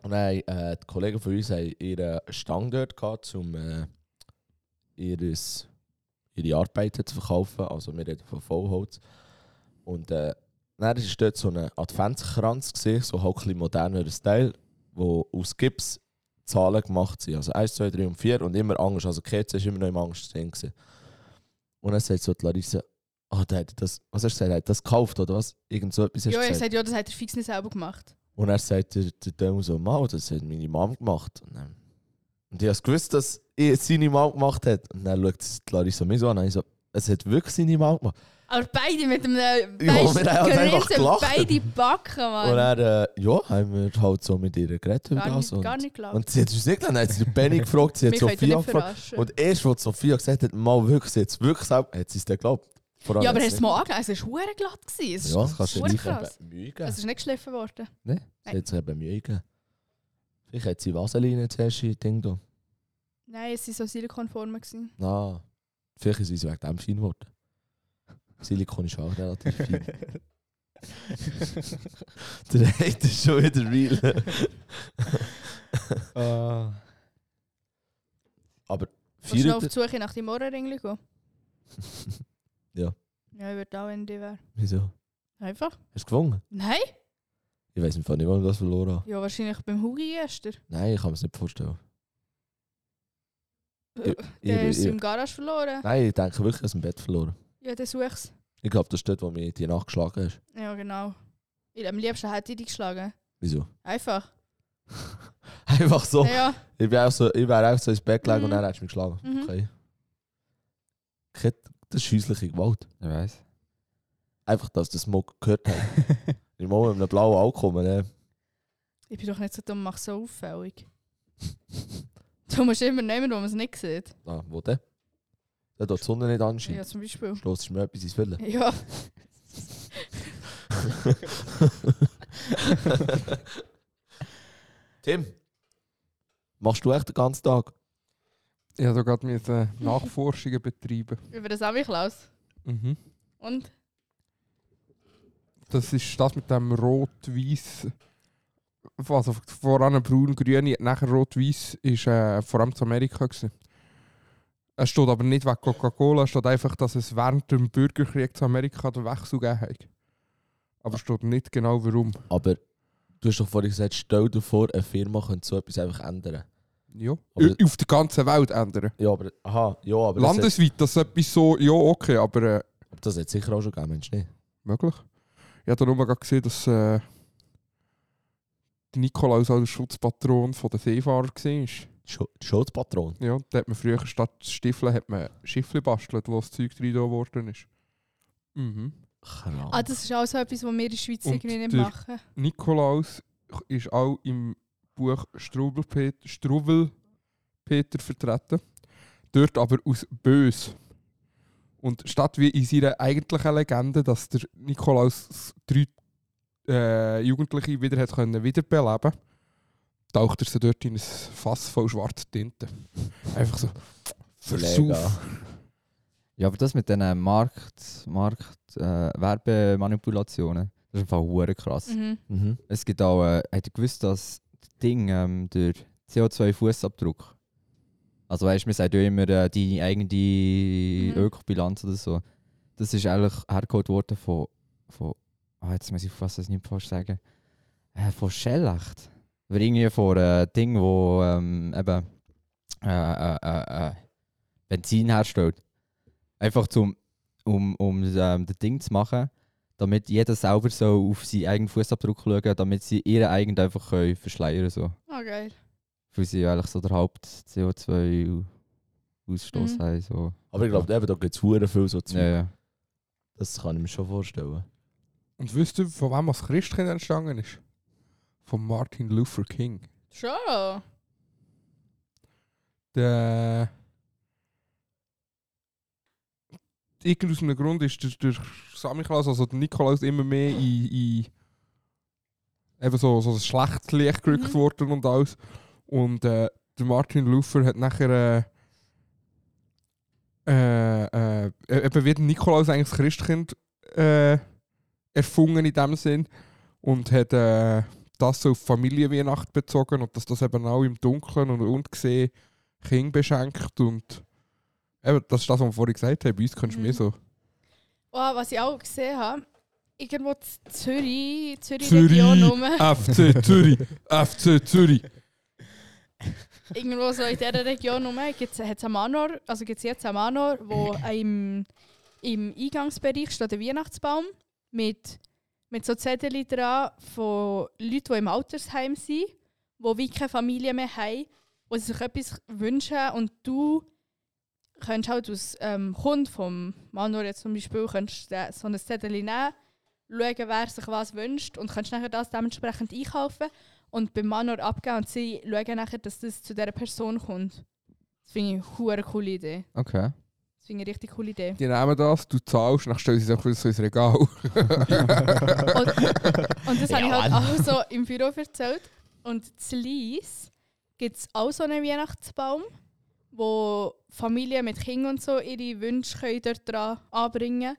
Speaker 6: Und dann, äh, die Kollegen von uns haben ihren Stand dort gehabt, um äh, ihres, ihre Arbeiten zu verkaufen. Also wir reden von Vollholz. Und äh, dann war dort so ein Adventskranz, gewesen, so halt ein bisschen modernerer Style, wo aus Gips Zahlen gemacht sind. Also 1, 2, 3 und 4 und immer Angst. Also die Kerze war immer noch im Angst drin. gewesen. Und dann sagt so die Larissa, ah, der hat das, was hast du gesagt, der hat das gekauft oder was? Irgend so etwas hast du
Speaker 3: ja, ich
Speaker 6: gesagt.
Speaker 3: sagte, ja, das hat er fix nicht selber gemacht.
Speaker 6: Und er sagt der, der Dömel so, Mau, das hat meine Mom gemacht. Und, dann, und ich habe gewusst, dass ich seine Mom gemacht hat. Und dann schaut sie die Larissa mich so an und ich so, es hat wirklich seine Mom gemacht.
Speaker 3: Aber beide mit einem äh, weißt,
Speaker 6: wir haben halt
Speaker 3: Grinsen,
Speaker 6: einfach gelacht.
Speaker 3: beide backen, Mann.
Speaker 6: Und dann, äh, ja, haben wir halt so mit ihr geredet über
Speaker 3: gar,
Speaker 6: das.
Speaker 3: nicht,
Speaker 6: Und,
Speaker 3: gar nicht gelacht.
Speaker 6: und sie hat uns nicht gelassen, dann hat sie den Benny gefragt, sie hat
Speaker 3: Mich könnt ihr
Speaker 6: Sophia
Speaker 3: nicht
Speaker 6: gefragt.
Speaker 3: verarschen.
Speaker 6: Und erst, als Sophia gesagt hat, Mau, wirklich, sie hat es wirklich selbst, hat sie es dann geglaubt. Vor allem
Speaker 3: ja, aber
Speaker 6: hat
Speaker 3: hast
Speaker 6: sie
Speaker 3: du es mal angelegt? Es war verdammt glatt. gewesen. Es ist
Speaker 6: Ja, das kannst du
Speaker 3: verdammt
Speaker 6: nicht
Speaker 3: krass. Also,
Speaker 6: eben Mühe geben.
Speaker 3: Es ist nicht geschliffen worden.
Speaker 6: Sie hat sich eben Mühe gegeben. Vielleicht hat sie Vaseline zuerst in Ding da.
Speaker 3: Nein, es waren so silikonformen. gewesen.
Speaker 6: Na, vielleicht ist es wegen dem fein geworden. Silikon ist auch relativ fein. Der Hate ist schon wieder real.
Speaker 2: Ah.
Speaker 3: Willst du noch
Speaker 6: Feiert
Speaker 3: auf die
Speaker 6: ihr?
Speaker 3: Suche nach deinem Ohrenring gehen?
Speaker 6: Ja.
Speaker 3: Ja, ich würde auch, wenn die wäre.
Speaker 6: Wieso? Hast
Speaker 3: Einfach?
Speaker 6: du gewonnen?
Speaker 3: Nein?
Speaker 6: Ich weiß nicht, wann ich das verloren habe.
Speaker 3: Ja, wahrscheinlich beim Hugi gestern.
Speaker 6: Nein, ich kann mir es nicht vorstellen.
Speaker 3: Äh,
Speaker 6: Ich,
Speaker 3: Der ist
Speaker 6: ich,
Speaker 3: im Garage verloren.
Speaker 6: nein, ich denke wirklich, dass ich im Bett verloren
Speaker 3: Ja, dann such's.
Speaker 6: Ich glaube, das ist dort, wo mich die Nacht geschlagen hast.
Speaker 3: Ja, genau. Ich, am liebsten hätte ich dich geschlagen.
Speaker 6: Wieso?
Speaker 3: Einfach.
Speaker 6: Einfach so.
Speaker 3: Ja,
Speaker 6: Ich, bin auch so, ich wäre auch so ins Bett gelegen und
Speaker 3: Äh. Mhm.
Speaker 6: dann hättest du mich geschlagen.
Speaker 3: Mhm.
Speaker 6: Okay. Kein- Das ist häusliche Gewalt.
Speaker 2: Ich weiß.
Speaker 6: Einfach, dass der Smog gehört hat. Ich muss mit einem blauen Alkohol. Ne?
Speaker 3: ich bin doch nicht so dumm, mach so auffällig. Du musst immer nehmen, wo man es nicht sieht.
Speaker 6: Ah, wo denn? Da tut die Sonne nicht anscheinen.
Speaker 3: Ja, zum Beispiel.
Speaker 6: Schloss ist mir etwas ins Willen.
Speaker 3: Ja,
Speaker 6: Tim, machst du echt den ganzen Tag?
Speaker 1: Ich habe gerade mit äh, Nachforschungen betrieben.
Speaker 3: über das habe ich Klaus.
Speaker 1: Mhm.
Speaker 3: Und?
Speaker 1: Das ist das mit dem rot-weiß. Also voran braun-grün, nachher rot-weiß, ist äh, vor allem zu Amerika. Gewesen. Es steht aber nicht wegen Coca-Cola, es steht einfach, dass es während dem Bürgerkrieg zu Amerika den Wechsel gegeben hat. Aber es steht nicht genau warum.
Speaker 6: Aber du hast doch vorhin gesagt, stell dir vor, eine Firma könnte so etwas einfach ändern.
Speaker 1: Ja.
Speaker 6: Aber-
Speaker 1: Auf der ganzen Welt ändern.
Speaker 6: Ja, aber. Aha, ja, aber. das,
Speaker 1: Landesweit, das ist etwas so, ja, okay, aber. Äh,
Speaker 6: hat, das hat sicher auch schon gegeben, Mensch, nicht?
Speaker 1: Möglich. Ich habe da nur gerade gesehen, dass äh, der Nikolaus auch der Schutzpatron von der Seefahrer war.
Speaker 6: Schu- Schutzpatron.
Speaker 1: Ja, da hat man früher statt Stiefeln hat man Schiffle bastelt, wo das Zeug drin da geworden ist. Mhm.
Speaker 6: Krass.
Speaker 3: Ah, das ist auch so etwas, was wir in der Schweiz
Speaker 1: Und
Speaker 3: irgendwie nicht
Speaker 1: der-
Speaker 3: machen.
Speaker 1: Nikolaus ist auch im Buch Strubel Peter, Strubel Peter vertreten. Dort aber aus Bös. Und statt wie in seiner eigentlichen Legende, dass der Nikolaus drei äh, Jugendliche wieder hat können wiederbeleben konnte, taucht er sie dort in ein Fass voll schwarzer Tinte. Einfach so.
Speaker 6: Mega.
Speaker 1: Versuch.
Speaker 2: Ja, aber das mit diesen Markt, Markt, äh, Werbemanipulationen, das ist einfach hure krass.
Speaker 3: Mhm.
Speaker 6: Mhm.
Speaker 2: Es gibt auch, äh, hat ihr gewusst, dass das Ding, ähm, der CO2-Fußabdruck, also weißt du, man sagt ja immer, äh, deine eigene
Speaker 3: Mhm.
Speaker 2: Ökobilanz oder so, das ist eigentlich hergeholt worden von, von ah, jetzt muss ich fast das nicht fast sagen, äh, von Schellacht. Oder irgendwie von einem Ding, wo ähm, eben äh, äh, äh, äh, Benzin herstellt. Einfach zum, um, um ähm, das Ding zu machen damit jeder selber so auf seinen eigenen Fußabdruck schauen kann, damit sie ihren eigenen einfach können verschleiern so.
Speaker 3: Ah, geil.
Speaker 2: Weil sie ja eigentlich so der Haupt-CO2-Ausstoß
Speaker 3: Mhm.
Speaker 2: haben. So.
Speaker 6: Aber ich glaube, eben, da gibt es viel so zu.
Speaker 2: Ja, ja.
Speaker 6: Das kann ich mir schon vorstellen.
Speaker 1: Und wisst ihr, von wem das Christkind entstanden ist? Von Martin Luther King.
Speaker 3: Schon. Ah,
Speaker 1: der irgend aus einem Grund ist der, der Samichlaus, also der Nikolaus, immer mehr in, in eben so, so ein schlechtes Licht gerückt
Speaker 3: Mhm.
Speaker 1: worden und alles. Und äh, der Martin Luther eh, hat nachher äh, äh, äh, eben wie der Nikolaus eigentlich das Christkind äh, erfunden in dem Sinn und hat äh, das so auf Familienweihnacht bezogen und dass das eben auch im Dunkeln und ungesehen Kind beschenkt und eben, das ist das, was wir vorhin gesagt haben, bei uns kannst du
Speaker 3: Mhm.
Speaker 1: mehr so
Speaker 3: Oh, was ich auch gesehen habe, irgendwo in Zürich,
Speaker 1: Zürich.
Speaker 3: Zürich-Region rum,
Speaker 1: FC Zürich, FC Zürich.
Speaker 3: irgendwo so in dieser Region rum, gibt es einen Manor, also gibt's jetzt einen Manor, wo im, im Eingangsbereich steht ein Weihnachtsbaum mit, mit so Zetteln dran von Leuten, die im Altersheim sind, die wie keine Familie mehr haben, wo sie sich etwas wünschen und du könntest halt als ähm, Kunde vom Manor jetzt zum Beispiel könntest äh, so ein Zettel nehmen, schauen, wer sich was wünscht und kannst nachher das dementsprechend einkaufen und beim Manor abgeben und sie schauen nachher, dass das zu dieser Person kommt. Das finde ich eine hure coole Idee.
Speaker 2: Okay.
Speaker 3: Das finde ich eine richtig coole Idee.
Speaker 1: Die nehmen das, du zahlst, dann stellen sie es auch wieder so ins Regal.
Speaker 3: Und, und das habe ich halt auch so im Büro erzählt. Und in Lies gibt es auch so einen Weihnachtsbaum, wo Familien mit Kindern und so ihre Wünsche können dort dran anbringen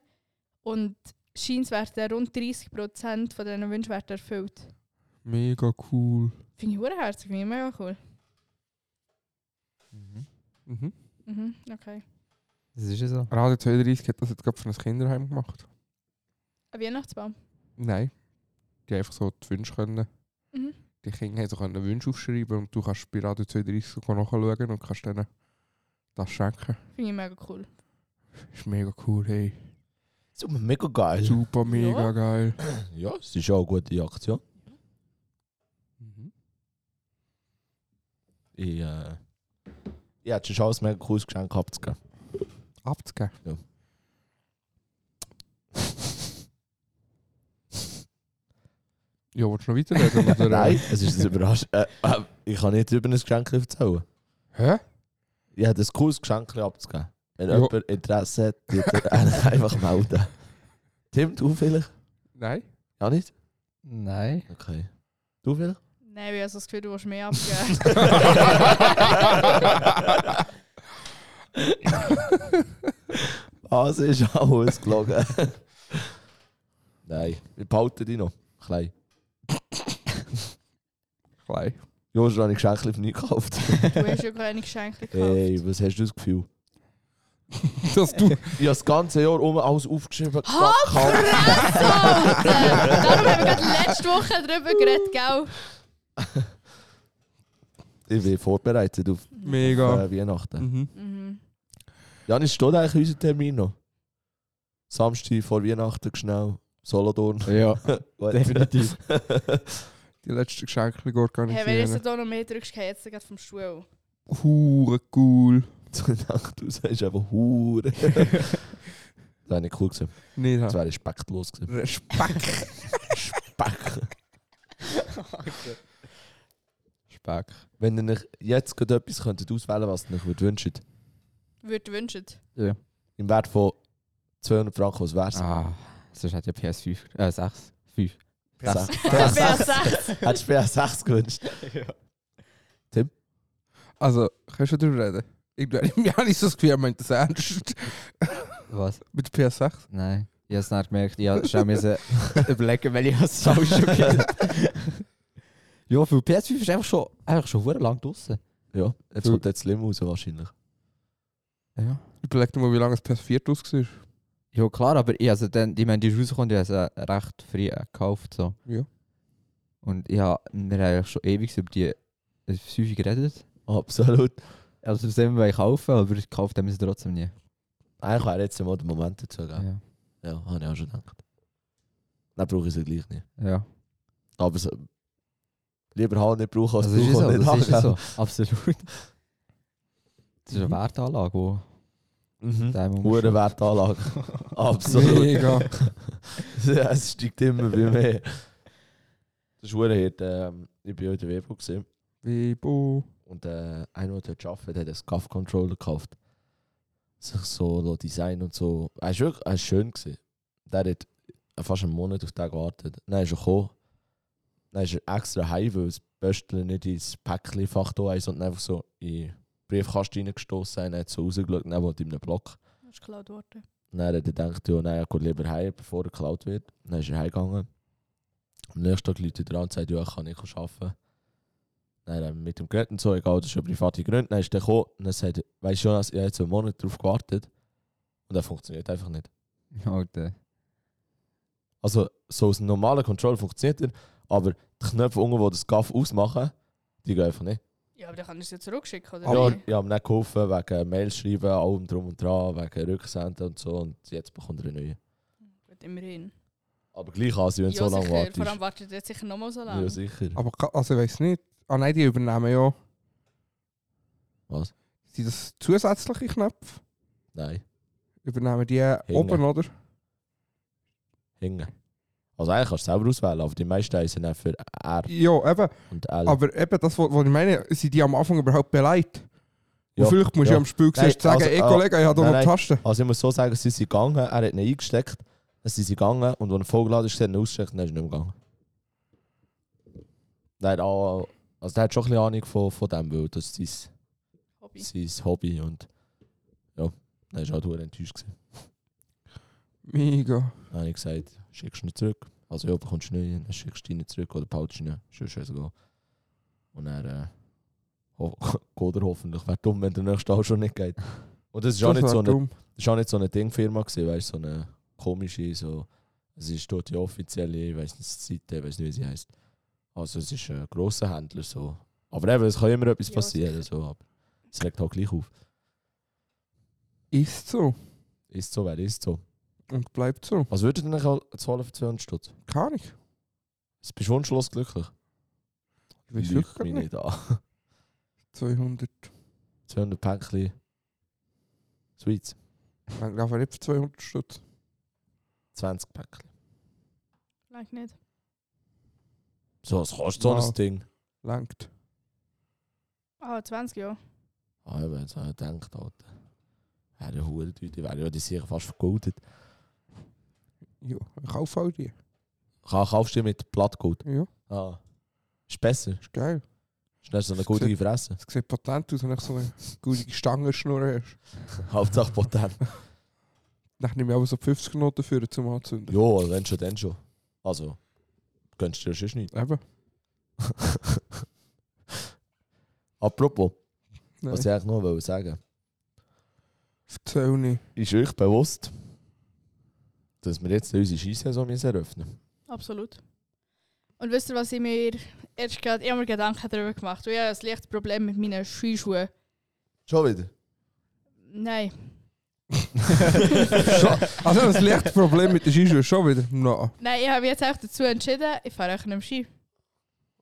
Speaker 3: Und scheint werden rund 30% von diesen Wünschen werden erfüllt.
Speaker 1: Mega cool.
Speaker 3: Finde ich hure herzig, finde ich mega cool.
Speaker 1: Mhm.
Speaker 3: Mhm, okay.
Speaker 2: Das ist ja so.
Speaker 1: Radio 32 hat das jetzt gerade für ein Kinderheim gemacht.
Speaker 3: Ein Weihnachtsbaum.
Speaker 1: Nein. Die haben einfach so die Wünsche können.
Speaker 3: Mhm.
Speaker 1: Die Kinder haben so können Wünsche aufschreiben und du kannst bei Radio 32 sogar nachschauen und kannst denen das schenken.
Speaker 3: Finde ich mega cool.
Speaker 1: Ist mega cool, hey.
Speaker 6: Super, mega geil.
Speaker 1: Super, mega
Speaker 3: Ja.
Speaker 1: geil.
Speaker 6: Ja, es ist auch eine gute Aktion.
Speaker 1: Mhm.
Speaker 6: Ich, äh, ich hätte schon alles mega cooles Geschenk abzugeben.
Speaker 1: Abzugeben. Ja, willst du noch weiterreden? Oder, äh,
Speaker 6: Nein, es ist eine Überraschung. Äh, äh, ich kann nicht über ein Geschenk erzählen.
Speaker 1: Hä?
Speaker 6: Ich hätte ein cooles Geschenk abzugeben. Wenn
Speaker 1: Ja.
Speaker 6: jemand Interesse hat, würde er einfach melden. Tim, du vielleicht?
Speaker 1: Nein?
Speaker 6: Ja, nicht?
Speaker 2: Nein.
Speaker 6: Okay. Du vielleicht?
Speaker 3: Nein, ich habe so das Gefühl, du willst mehr abgeben.
Speaker 6: Was ist alles gelogen? Nein, wir behalten dich noch. Klein.
Speaker 1: Klein.
Speaker 6: Josh, habe ich Geschenke für nichts gekauft.
Speaker 3: du hast ja keine Geschenke gekauft.
Speaker 6: Ey, was hast du das Gefühl?
Speaker 1: Dass du
Speaker 6: Ich habe das ganze Jahr um alles aufgeschrieben.
Speaker 3: Halt
Speaker 6: gekauft.
Speaker 3: Fresse! Alter! Darum haben wir gerade letzte Woche drüber geredet, gell?
Speaker 6: Ich bin vorbereitet auf
Speaker 1: mega.
Speaker 6: äh, Weihnachten.
Speaker 1: Mhm.
Speaker 3: Mhm.
Speaker 6: Janis, steht eigentlich unser Termin noch? Samstag vor Weihnachten, schnell. Solothurn.
Speaker 2: Ja,
Speaker 6: Gut.
Speaker 2: definitiv.
Speaker 1: Die letzten Geschenke organisieren.
Speaker 3: Hey, wenn du jetzt da noch mehr drückst, geh jetzt gerade vom Stuhl.
Speaker 1: Hure cool.
Speaker 6: Nacht raus ist einfach Hure. das wäre nicht cool gewesen.
Speaker 1: Nicht
Speaker 6: Das
Speaker 1: haben.
Speaker 6: wäre respektlos gewesen.
Speaker 1: Respekt.
Speaker 6: Speck.
Speaker 2: Speck.
Speaker 6: Wenn ihr euch jetzt gerade etwas könntet auswählen was ihr euch würdet wünschen
Speaker 3: Würde wünschen.
Speaker 6: im Wert von 200 Franken, was wär's?
Speaker 2: Ah, sonst hat ja PS5. Äh, 6. 5.
Speaker 6: PS6.
Speaker 3: Das wäre
Speaker 6: PS6.
Speaker 3: sechs.
Speaker 6: Hättest du PS6 gewünscht?
Speaker 1: Also, kannst du darüber reden? Irgendwann im Jahr ist das Gefühl, er meint das ernst.
Speaker 2: Was?
Speaker 1: Mit PS6.
Speaker 2: Nein. Ich habe es nicht gemerkt. Ich habe schon müssen überlegen, weil ich es falsch schon geht. ja, für PS5 ist einfach schon, einfach schon verdammt lang draußen.
Speaker 6: Ja, jetzt kommt jetzt Slim raus wahrscheinlich.
Speaker 2: Ja.
Speaker 1: Überleg dir mal, wie lange das PS4 ausgesehen ist.
Speaker 2: Ja, klar, aber ich, also dann, ich meine, die ist rausgekommen, ich habe sie recht früh äh, gekauft. So.
Speaker 1: Ja.
Speaker 2: Und ja, wir haben eigentlich schon ewig über die äh, 5 geredet.
Speaker 6: Absolut.
Speaker 2: Also, das haben wir kaufen, aber gekauft haben wir sie trotzdem nie.
Speaker 6: Eigentlich wäre jetzt mal der Moment dazu. Gell?
Speaker 2: Ja.
Speaker 6: Ja, habe ich auch schon gedacht. Dann brauche ich sie gleich nicht.
Speaker 2: ja.
Speaker 6: Aber so, lieber haben nicht brauchen, als
Speaker 2: Also, das ist
Speaker 6: brauchen
Speaker 2: so,
Speaker 6: und
Speaker 2: das ist
Speaker 6: nicht haben.
Speaker 2: so. Absolut. Das ist eine
Speaker 1: Mhm.
Speaker 2: Wertanlage, die
Speaker 6: Mhm.
Speaker 2: der Moment
Speaker 6: Hure Wertanlage. Absolut.
Speaker 1: Mega.
Speaker 6: ja, es steigt immer bei mir. Das ist hure hart. Ähm, ich bin heute in der Webo gesehen
Speaker 1: Webo.
Speaker 6: und äh, einer, der dort arbeitet, hat einen SCAF-Controller gekauft. sich so lässt Design und so. Er ist wirklich er ist schön gewesen. Der hat fast einen Monat auf den gewartet. Dann ist er gekommen. Dann ist er extra heim, weil das Böstchen nicht ins Päckchenfach da ist, sondern einfach so in den Briefkasten reingestossen. Dann hat er so rausgeschaut, dann wollte ihm einen Block.
Speaker 3: Das ist geklaut worden.
Speaker 6: Dann hat er gedacht, ja, nein, er geht lieber heim, bevor er geklaut wird. Dann ist er heimgegangen. Am nächsten Tag Leute dran und sagt, ja, ich kann nicht arbeiten. Dann hat er mit dem Geld und so, egal, das ist ja private Gründe. Dann ist er gekommen und dann sagt, er, weißt du, Jonas, ich habe jetzt einen Monat darauf gewartet. Und das funktioniert einfach nicht.
Speaker 2: Alter.
Speaker 6: Also, so aus einem normalen Control funktioniert er, aber die Knöpfe unten, die das GAF ausmachen, die gehen einfach nicht.
Speaker 3: Ja, aber dann kann ich es ja zurückschicken, oder?
Speaker 6: Ja,
Speaker 3: nicht?
Speaker 6: ich habe ihm nicht geholfen wegen Mails schreiben, allem drum und dran, wegen Rücksenden und so. Und jetzt bekommt er einen neuen.
Speaker 3: Gut, immerhin.
Speaker 6: Aber gleich als wenn du so lange
Speaker 3: sicher. Vor allem
Speaker 6: wartest.
Speaker 3: wartet jetzt sicher nochmal so lange.
Speaker 6: Ja, sicher.
Speaker 1: Aber ka- also ich weiß nicht. Ah nein, die übernehmen ja.
Speaker 6: Was?
Speaker 1: Sind das zusätzliche Knöpfe?
Speaker 6: Nein,
Speaker 1: Übernehmen die oben, oder?
Speaker 6: hängen. Also eigentlich kannst du selber auswählen, aber die meisten sind dann für R
Speaker 1: Ja, eben.
Speaker 6: und L.
Speaker 1: Aber eben das, was was ich meine, sind die am Anfang überhaupt beleidigt?
Speaker 6: Ja,
Speaker 1: Und vielleicht musst du
Speaker 6: ja.
Speaker 1: am Spiel
Speaker 6: Nein,
Speaker 1: siehst, sagen,
Speaker 6: also,
Speaker 1: ey
Speaker 6: ah,
Speaker 1: Kollege, ich habe da
Speaker 6: nein,
Speaker 1: noch
Speaker 6: nein.
Speaker 1: die Tasten.
Speaker 6: also ich muss so sagen, sie sind gegangen, er hat ihn eingesteckt, dann sind sie gegangen und als er vollgeladen ist, hat er ihn ausgesteckt und dann ist er nicht mehr gegangen. Nein, ah, also der hat schon ein bisschen Ahnung von, von dem, weil das ist
Speaker 3: Hobby.
Speaker 6: sein, sein Hobby und ja, dann war halt verdammt enttäuscht. Gewesen.
Speaker 1: Mega.
Speaker 6: Dann habe ich gesagt, schickst du nicht zurück. Also ja, bekommst du nicht, dann schickst du ihn nicht zurück oder behaltest ihn nicht. Ist ja scheißegal. Und dann äh, ho geht er hoffentlich. Wäre dumm, wenn der nächste auch schon nicht geht. Und das ist auch
Speaker 1: Das
Speaker 6: nicht
Speaker 1: wär
Speaker 6: so eine,
Speaker 1: dumm.
Speaker 6: das ist auch nicht so eine Dingfirma gewesen, weißt du, so eine komische, so, es ist dort die offizielle, ich weiß nicht, Seite, ich weiß nicht, wie sie heißt. Also es ist ein grosser Händler, so. Aber eben, es kann immer etwas
Speaker 3: Ja,
Speaker 6: passieren, so. Aber es regt halt gleich auf.
Speaker 1: Ist so.
Speaker 6: Ist so, wer ist so.
Speaker 1: Und bleibt so.
Speaker 6: Was würdet ihr denn auch zahlen für 200 Stutz?
Speaker 1: Kann ich.
Speaker 6: Bist du schon schlussglücklich?
Speaker 1: Ich weiß
Speaker 6: Lüg
Speaker 1: wirklich gar
Speaker 6: mich
Speaker 1: nicht.
Speaker 6: nicht an.
Speaker 1: 200.
Speaker 6: 200 Päckchen Sweets.
Speaker 1: Ich glaube nicht für 200 Stutz.
Speaker 6: 20 Päckchen.
Speaker 3: Vielleicht nicht.
Speaker 6: So, was kostet so
Speaker 1: Wow.
Speaker 6: ein Ding?
Speaker 1: Langt.
Speaker 3: Ah, 20 Jahre.
Speaker 6: Ah, ich habe jetzt auch gedacht, Alter. Wäre Hure teuer, die wären ja die sicher fast vergoldet.
Speaker 1: Ja, ich kaufe all die.
Speaker 6: Ka- Kaufst du die mit Blattgold?
Speaker 1: Ja,
Speaker 6: Ah. Ist besser.
Speaker 1: ist geil.
Speaker 6: Ist nicht so eine gute Fresse.
Speaker 1: Es sieht patent aus, wenn ich so eine gute Stangenschnur hast.
Speaker 6: Hauptsache potent.
Speaker 1: Dann nehme ich aber so 50 Noten für um zum Anzünden.
Speaker 6: jo, also wenn schon, dann schon. Also, gönnst du dir sonst nicht.
Speaker 1: Eben.
Speaker 6: Apropos,
Speaker 1: Nein.
Speaker 6: was ich eigentlich noch wollte sagen
Speaker 1: Erzähl nicht.
Speaker 6: Ist euch bewusst, dass wir jetzt unsere Skisaison müssen eröffnen müssen?
Speaker 3: Absolut. Und wisst ihr, was ich mir erst gerade immer Gedanken darüber gemacht habe? Ich habe ein leichtes Problem mit meinen Skischuhen.
Speaker 6: Schon wieder?
Speaker 3: Nein.
Speaker 1: Also das leichte Problem mit den Skischuhen schon wieder. No.
Speaker 3: Nein, ich habe mich jetzt auch dazu entschieden, ich fahre auch einem Ski.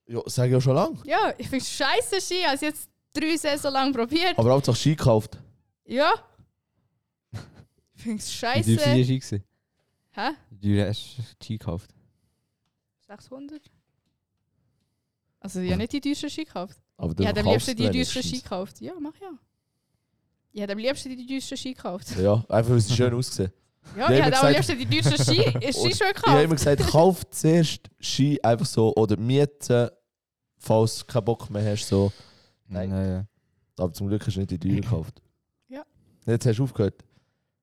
Speaker 6: Ja, sag ja schon lange.
Speaker 3: Ja, ich finde scheiße Ski, als jetzt drei Saison lang probiert.
Speaker 6: Aber Hauptsache Ski gekauft.
Speaker 3: Ja. Ich finde es
Speaker 2: Wie teuer war
Speaker 3: scheiße.
Speaker 2: die Ski? gewesen?
Speaker 3: Hä?
Speaker 2: Wie teuer hast du die Ski gekauft?
Speaker 3: 600? Also, ich habe nicht die teuersten Ski gekauft.
Speaker 6: Aber
Speaker 3: Ich hätte am liebsten die teuersten
Speaker 6: düstere
Speaker 3: Ski gekauft. Ja, mach ja. Ich hätte am liebsten die teuersten Ski gekauft.
Speaker 6: Ja, einfach weil sie schön aussehen.
Speaker 3: Ja,
Speaker 6: Ja,
Speaker 3: ich
Speaker 6: ich hab
Speaker 3: hätte am liebsten
Speaker 6: gesagt-
Speaker 3: die teuersten Ski, äh, Skischuhe
Speaker 6: Ich habe immer
Speaker 3: gekauft.
Speaker 6: gesagt, kauf zuerst Ski einfach so oder mieten, falls du keinen Bock mehr hast. So. Nein.
Speaker 2: Ja, ja.
Speaker 6: Aber zum Glück hast du nicht die teuren gekauft.
Speaker 3: Ja.
Speaker 6: Jetzt hast du aufgehört.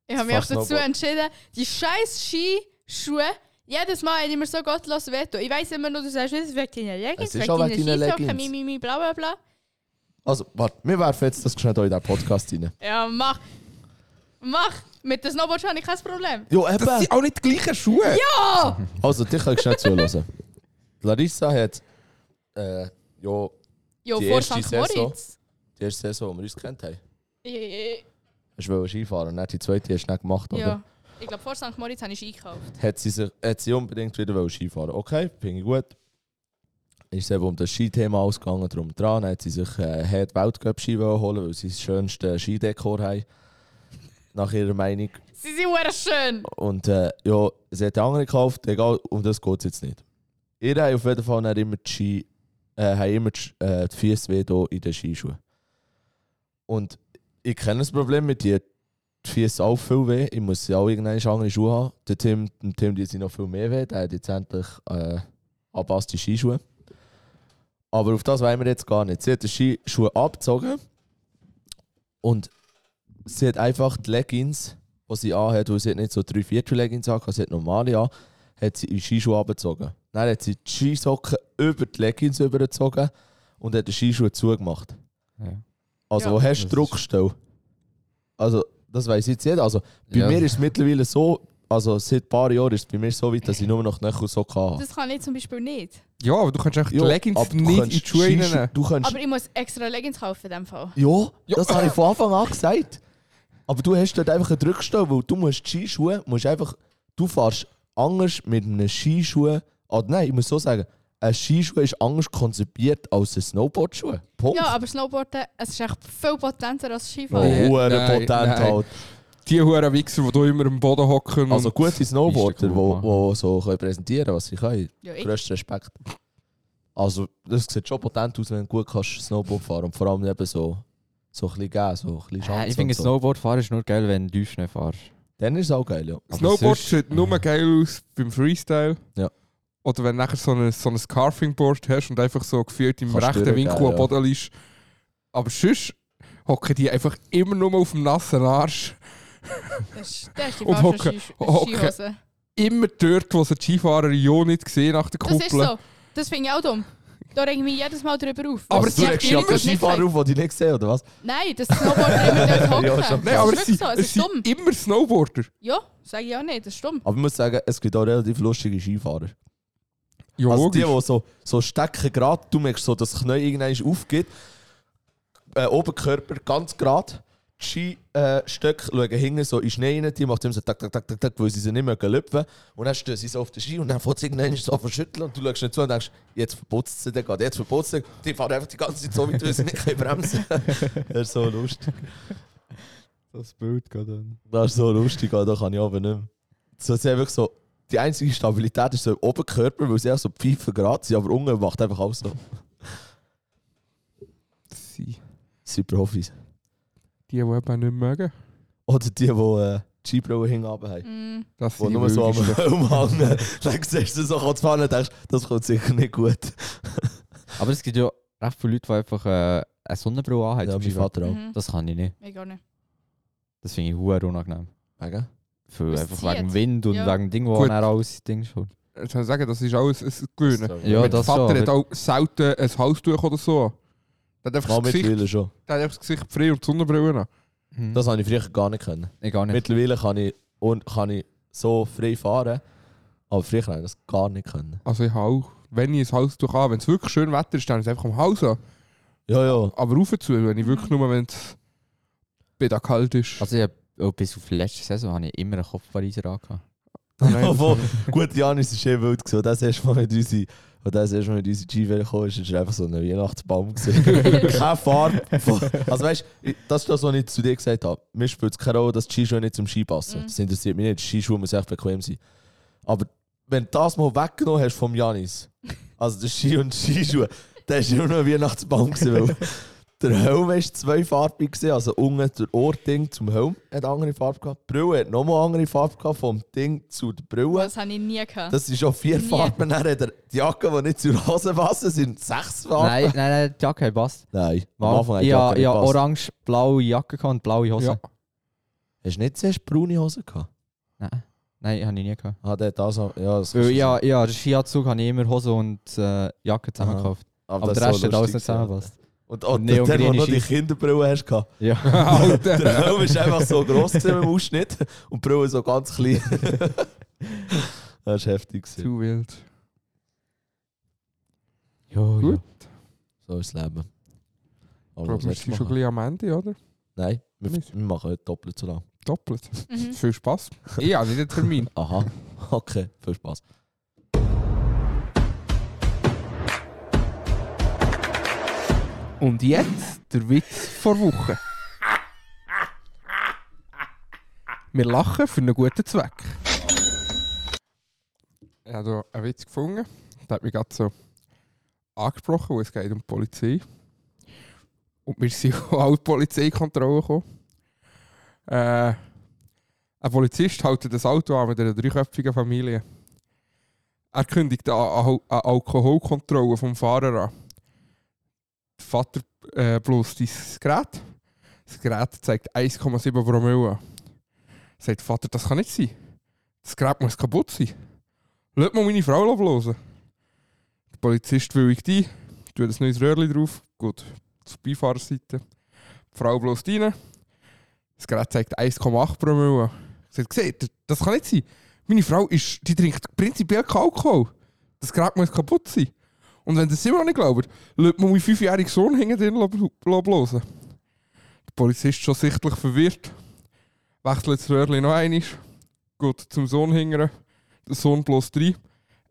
Speaker 3: Ich habe mich auch
Speaker 6: Fuck
Speaker 3: dazu
Speaker 6: Snowboard.
Speaker 3: entschieden, die scheiß Skischuhe, jedes Mal hätte ich mir so gottlos Veto. Ich weiß immer nur, du sagst, es ist wegen deiner
Speaker 6: Es
Speaker 3: Leggings,
Speaker 6: ist
Speaker 3: wegen
Speaker 6: auch
Speaker 3: deiner
Speaker 6: wegen deiner
Speaker 3: Skisocken, mi,
Speaker 6: Leggings.
Speaker 3: mi, mi, bla bla bla.
Speaker 6: Also, warte, wir werfen jetzt das geschneit in diesen Podcast rein.
Speaker 3: Ja, mach. Mach. Mit dem Snowboard habe ich kein Problem. Oh!
Speaker 6: Jo,
Speaker 1: Das
Speaker 6: eben.
Speaker 1: sind auch nicht die gleichen Schuhe. Ja.
Speaker 6: Also, dich kannst du nicht zuhören. Larissa hat äh, ja,
Speaker 3: Jo,
Speaker 6: Die
Speaker 3: vor
Speaker 6: erste
Speaker 3: St.
Speaker 6: Saison.
Speaker 3: Moritz.
Speaker 6: die erste Saison, die wir uns kennt haben.
Speaker 3: Ich-
Speaker 6: Hast du wollen Skifahren und nicht die zweite hast du nicht gemacht,
Speaker 3: ich-
Speaker 6: oder?
Speaker 3: Ja. Ich glaube, vor St. Moritz habe ich Ski gekauft.
Speaker 6: hat sie, sich, hat sie unbedingt wieder wollen Skifahren Okay, finde ich gut. Ist eben um das Skithema ausgegangen, drum dran. Dann hat sie sich äh, hat Weltcup Ski wollen holen, weil sie das schönste Skidekor haben. Nach ihrer Meinung.
Speaker 3: Sie sind sehr schön.
Speaker 6: Und äh, ja, sie hat andere gekauft, egal, um das geht es jetzt nicht. Ihr habt auf jeden Fall dann immer die, Ski, äh, haben immer die, Sch- äh, die Füße weh da in den Skischuhen. Und ich kenne das Problem mit dir. die Füße auch viel weh. Ich muss ja auch irgendeine andere Schuhe haben. Der Tim, dem Tim die sind noch viel mehr weh. Der hat jetzt endlich äh, angepasste Skischuhe. Aber auf das wollen wir jetzt gar nicht. Sie hat die Skischuhe abgezogen und sie hat einfach die Leggings, die sie anhat, weil sie hat nicht so drei Viertel Leggings an, sie hat normale an, hat sie in die Skischuhe abgezogen. Dann hat sie die Skisocken über die Leggings übergezogen und hat die Skischuhe zugemacht.
Speaker 2: Ja.
Speaker 6: Also,
Speaker 3: Ja.
Speaker 6: wo hast
Speaker 2: Das
Speaker 6: du
Speaker 2: ist-
Speaker 6: Druckstelle? Also, das weiß ich jetzt nicht. Also, bei
Speaker 2: Ja.
Speaker 6: mir ist es mittlerweile so, also seit ein paar Jahren ist es bei mir so weit, dass ich nur noch Knöchel so kann.
Speaker 3: Das kann ich zum Beispiel nicht.
Speaker 1: Ja, aber du kannst einfach die Leggings nicht in die Schuhe reinnehmen.
Speaker 6: Du kannst.
Speaker 3: Aber ich muss extra Leggings kaufen in dem Fall.
Speaker 6: ja,
Speaker 1: Ja.
Speaker 6: das habe ich von Anfang an gesagt. Aber du hast dort einfach einen Druckstelle, weil du musst die Skischuhe, musst einfach, du fährst anders mit einem Skischuh. Ah, nein, ich muss so sagen, ein Skischuh ist anders konzipiert als ein Snowboardschuh. Punkt.
Speaker 3: Ja, aber Snowboarden, es ist echt viel potenter als
Speaker 6: Oh,
Speaker 3: Skifahren.
Speaker 1: Nee,
Speaker 6: hure
Speaker 1: nein,
Speaker 6: potent
Speaker 1: nein.
Speaker 6: halt.
Speaker 1: Die hohen Wichser, die du immer am Boden hocken.
Speaker 6: Also
Speaker 1: und-
Speaker 6: gute Snowboarder,
Speaker 2: Piste
Speaker 6: die
Speaker 2: kaputt
Speaker 6: wo,
Speaker 2: machen.
Speaker 6: wo so können präsentieren was sie können.
Speaker 3: Ja, ich,
Speaker 6: Grössten Respekt. Also, das sieht schon potent aus, wenn du gut kannst Snowboard fahren und vor allem eben so, so ein bisschen geben, so ein bisschen Chance
Speaker 2: Äh, ich finde,
Speaker 6: und so.
Speaker 2: Snowboardfahren ist nur geil, wenn du Tiefschnee fährst.
Speaker 6: Dann ist es auch geil, ja.
Speaker 2: aber
Speaker 1: Snowboard
Speaker 2: sonst-
Speaker 1: sieht nur geil aus beim Freestyle.
Speaker 6: Mhm. Ja.
Speaker 1: Oder wenn du nachher so ein so ein Carving-Board hast und einfach so gefühlt im
Speaker 6: Kannst
Speaker 1: rechten
Speaker 6: durchgehen,
Speaker 1: Winkel am
Speaker 6: ja.
Speaker 1: Boden liegst. Aber sonst hocken die einfach immer nur auf dem nassen Arsch.
Speaker 3: das ist, das ist die
Speaker 1: Und
Speaker 3: falsche
Speaker 1: hocken.
Speaker 3: Ski-
Speaker 1: Hocken.
Speaker 3: Skihose.
Speaker 1: Immer dort, wo sie die Skifahrer ja nicht sehen nach der
Speaker 3: Das
Speaker 1: Kuppel.
Speaker 3: ist so. Das finde ich auch dumm. Da reg ich mich jedes Mal drüber auf.
Speaker 1: Aber
Speaker 3: Das
Speaker 1: du
Speaker 6: du
Speaker 1: die- regst
Speaker 3: ist
Speaker 6: legst
Speaker 3: echt
Speaker 1: die-
Speaker 6: ja
Speaker 1: ja die-
Speaker 3: schlimm,
Speaker 6: den
Speaker 3: dass nicht
Speaker 6: Skifahrer
Speaker 3: weiss-
Speaker 6: auf, den ich nicht sehe, oder was?
Speaker 3: Nein, das Snowboarder immer dort hocken.
Speaker 6: Ja, schon
Speaker 1: Nein, aber
Speaker 3: das
Speaker 1: es sind,
Speaker 3: ist wirklich so. Es
Speaker 1: es
Speaker 3: ist dumm.
Speaker 1: sind immer Snowboarder.
Speaker 3: Ja, sage ich auch nicht. Das ist dumm.
Speaker 6: Aber ich muss sagen, es gibt auch relativ lustige Skifahrer.
Speaker 1: Ja,
Speaker 6: also die,
Speaker 1: logisch.
Speaker 6: die so, so stecken gerade, du merkst so, dass das Knie irgendwann aufgeht, äh, Oberkörper ganz gerade, die Skistöcke äh, Stöcke schauen hinten so in den Schnee rein, die macht immer so tak, tak, tak, tak, tak, weil sie sie nicht mehr löpfen und dann stehen sie so auf den Ski und dann fängt sie irgendwann so an zu schütteln und du schaust nicht zu und denkst, jetzt verputzt sie den gerade, jetzt verputzt sie den. die fahren einfach die ganze Zeit so, wie du sie nicht können bremsen Das ist so lustig.
Speaker 2: Das Bild geht dann.
Speaker 6: Das ist so lustig, ah, da kann ich aber nicht mehr. So, sie haben wirklich so, die einzige Stabilität ist so im Oberkörper, weil sie auch so pfeifen gerade sind, aber unten macht einfach alles so.
Speaker 1: Die,
Speaker 6: Das sind Profis.
Speaker 1: die, die eben nicht mögen.
Speaker 6: Oder die, die äh, die Skibrille hingaben haben.
Speaker 3: Mm.
Speaker 1: Das
Speaker 6: Die
Speaker 1: sind
Speaker 6: nur so am
Speaker 1: Würdigsten.
Speaker 6: Umhängen. Dann siehst du so kurz fahren und denkst, das kommt sicher nicht gut.
Speaker 2: Aber es gibt ja recht viele Leute, die einfach äh, eine Sonnenbrille anhaben.
Speaker 6: Ja,
Speaker 2: zum
Speaker 6: mein
Speaker 2: Beispiel.
Speaker 6: Vater auch.
Speaker 3: Mhm.
Speaker 2: das kann ich nicht.
Speaker 3: Ich gar nicht.
Speaker 2: Das finde ich huere unangenehm.
Speaker 6: Wegen?
Speaker 2: Für
Speaker 3: Es
Speaker 2: einfach
Speaker 3: zieht.
Speaker 2: wegen Wind und
Speaker 3: Ja.
Speaker 2: wegen Ding, wo
Speaker 1: Gut.
Speaker 2: er alles Ding halt. schon.
Speaker 1: Ich kann sagen, das ist alles ein Gewöhnen.
Speaker 2: Ja,
Speaker 1: Mein
Speaker 2: das
Speaker 1: Vater
Speaker 2: schon,
Speaker 1: hat auch selten ein Halstuch oder so. Der hat einfach
Speaker 6: Mal
Speaker 1: das Gesicht,
Speaker 6: mittlerweile schon.
Speaker 1: der hat einfach das Gesicht frei und die Sonnenbrille an.
Speaker 6: Das habe ich früher gar nicht können.
Speaker 2: ich gar nicht.
Speaker 6: Mittlerweile kann ich, und kann ich so frei fahren, aber früher konnte ich das gar nicht können.
Speaker 1: Also ich habe auch, wenn ich ein Halstuch habe, wenn es wirklich schön Wetter ist, dann ist es einfach am Hals an.
Speaker 6: Ja, ja.
Speaker 1: Aber rauf zu, wenn ich wirklich nur, wenn es bei der kalt ist.
Speaker 2: Also ich hab, auch bis auf die letzte Saison habe ich immer einen Kopfpariser angehabt.
Speaker 1: Ah, nein, das-
Speaker 6: Obwohl, gut, Janis ist eh wild gewesen. Das erste Mal mit unsere, und das erste Mal mit unsere G-Welle gekommen ist, ist er einfach so ein Weihnachtsbaum gewesen. keine Farbe. von- Also weißt du, ich- das ist das, was ich zu dir gesagt habe. Mir spielt es keine Rolle, dass die Skischuhe nicht zum Ski passen.
Speaker 3: Mhm.
Speaker 6: Das interessiert mich nicht. Die Skischuhe müssen echt bequem sein. Aber wenn du das mal weggenommen hast vom Janis, also der Ski und die Skischuhe, dann war immer noch ein Weihnachtsbaum. Gewesen, weil der Helm war zweifarbig, gewesen, also unten der Ohrding zum Helm hat eine andere Farbe gehabt. Die Brille hat nochmal eine andere Farbe gehabt, vom Ding zu der Brille.
Speaker 3: Das habe ich nie gehabt.
Speaker 6: Das sind schon vier
Speaker 3: Nie.
Speaker 6: Farben. Dann hat er die Jacken, die nicht zur Hose passen, sind sechs Farben.
Speaker 2: Nein, nein, nein, die Jacke passt.
Speaker 6: Nein, am
Speaker 2: Ja,
Speaker 6: Anfang hat die
Speaker 2: ja,
Speaker 6: Jacke
Speaker 2: ja
Speaker 6: nicht gepasst.
Speaker 2: orange-blaue Jacke gehabt und blaue Hose.
Speaker 1: Ja.
Speaker 6: Hast du nicht zuerst braune Hose gehabt?
Speaker 2: Nein, nein, habe ich nie gehabt.
Speaker 6: Ah, der hat das auch- Ja, das
Speaker 2: Weil ja, ja, den Skianzug habe ich immer Hose und äh, Jacke zusammen
Speaker 6: Aha.
Speaker 2: gekauft.
Speaker 6: aber
Speaker 2: Aber
Speaker 6: das
Speaker 2: der
Speaker 6: ist
Speaker 2: Rest
Speaker 6: so
Speaker 2: hat alles
Speaker 6: lustig
Speaker 2: nicht
Speaker 6: gewesen.
Speaker 2: zusammengepasst.
Speaker 6: Und, und,
Speaker 2: Und
Speaker 6: der, der, der
Speaker 2: neongrüne
Speaker 6: noch die
Speaker 2: Schicht.
Speaker 6: Kinderbrille hast gehabt.
Speaker 2: Ja.
Speaker 6: Der
Speaker 1: Alter!
Speaker 6: Helm ist einfach so gross gewesen im Ausschnitt und die Brille so ganz klein. das ist heftig. gewesen.
Speaker 1: Zu wild.
Speaker 2: Jo,
Speaker 1: Gut.
Speaker 6: So ist das Leben.
Speaker 1: Ich
Speaker 6: Aber
Speaker 1: glaube,
Speaker 6: was
Speaker 1: wir
Speaker 6: willst du
Speaker 1: sind schon
Speaker 6: machen?
Speaker 1: gleich am Ende, oder?
Speaker 6: Nein, wir,
Speaker 1: Nicht.
Speaker 6: wir machen heute doppelt so lang.
Speaker 1: Doppelt.
Speaker 3: Mhm.
Speaker 1: Viel Spass. Ich habe nicht den Termin.
Speaker 6: Aha, okay, viel Spaß.
Speaker 1: Und jetzt der Witz vor Woche. Wir lachen für einen guten Zweck. Ich habe hier einen Witz gefunden. Der hat mich gerade so angesprochen, weil es geht um die Polizei. Und wir sind auch alle Polizeikontrollen gekommen. Äh, Ein Polizist hält das Auto an mit einer dreiköpfigen Familie. Er kündigt eine, Al- eine Alkoholkontrolle vom Fahrer an. Der Vater äh, bloß dieses Gerät. Das Gerät zeigt 1,7 Promille. an. Sagt der Vater, das kann nicht sein. Das Gerät muss kaputt sein. Lass mal meine Frau ablosen. Der Polizist willigt ein, tut ein neues Röhrchen drauf, geht zur Beifahrerseite. Die Frau bloß rein. Das Gerät zeigt 1,8 Promille. Sagt, seht ihr, das kann nicht sein. Meine Frau ist, die trinkt prinzipiell keinen Alkohol. Das Gerät muss kaputt sein. Und wenn ihr es immer noch nicht glaubt, lässt man meinen fünfjährigen Sohn hinten drin losen. Der Polizist schon sichtlich verwirrt. Wechselt das Röhrchen noch einmal. Geht zum Sohn hingern. Der Sohn bloß 3.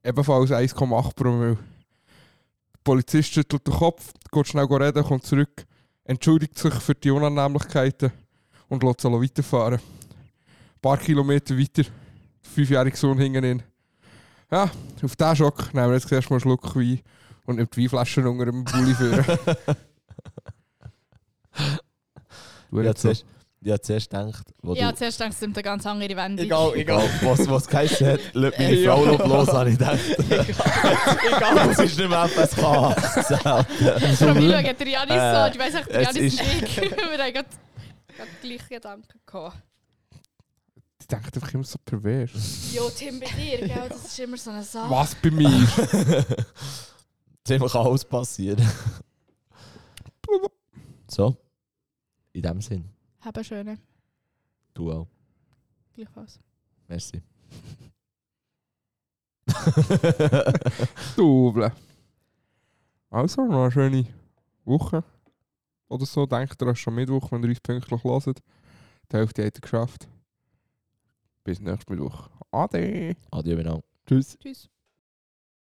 Speaker 1: Ebenfalls 1,8 Promille. Der Polizist schüttelt den Kopf, geht schnell reden, kommt zurück, entschuldigt sich für die Unannehmlichkeiten und lässt sie weiterfahren. Ein paar Kilometer weiter, der fünfjährige Sohn hinten ihn. Ja, auf diesen Schock nehmen wir jetzt erstmal einen Schluck Wein und nimmt die Weinflaschen unter dem Bulli führen.
Speaker 2: Du
Speaker 6: Ich habe
Speaker 2: jetzt so.
Speaker 6: zuerst, ich hab zuerst gedacht, wo
Speaker 3: Ich habe
Speaker 6: du...
Speaker 3: zuerst gedacht, es sind eine ganz andere Wende.
Speaker 6: Egal, egal, was, was geheißen hat, lass meine
Speaker 2: Ja.
Speaker 6: Frau noch los, habe ich gedacht. egal. Es ist nicht mehr FSK.
Speaker 3: Promille geht der Janis
Speaker 6: Äh,
Speaker 3: so. Ich weiß echt, der
Speaker 6: es
Speaker 3: Janis
Speaker 6: ist-
Speaker 3: ist ich. Wir haben gerade gerade gleiche Gedanken gehabt.
Speaker 1: Die denken einfach immer so pervers.
Speaker 3: Jo, Tim, bei dir, gell? Das ist immer so eine Sache.
Speaker 1: Was bei mir ist.
Speaker 6: Ziemlich alles passiert. So. In dem Sinn.
Speaker 3: Hab einen schönen.
Speaker 6: Du auch.
Speaker 3: Gleichfalls.
Speaker 6: Merci.
Speaker 1: Double. Also, noch eine schöne Woche. Oder so, denkt ihr, es ist schon Mittwoch, wenn ihr uns pünktlich hört. Die Hälfte habt ihr geschafft. Bis nächsten Mittwoch. Ade.
Speaker 6: Adieu, genau.
Speaker 2: Tschüss.
Speaker 3: Tschüss.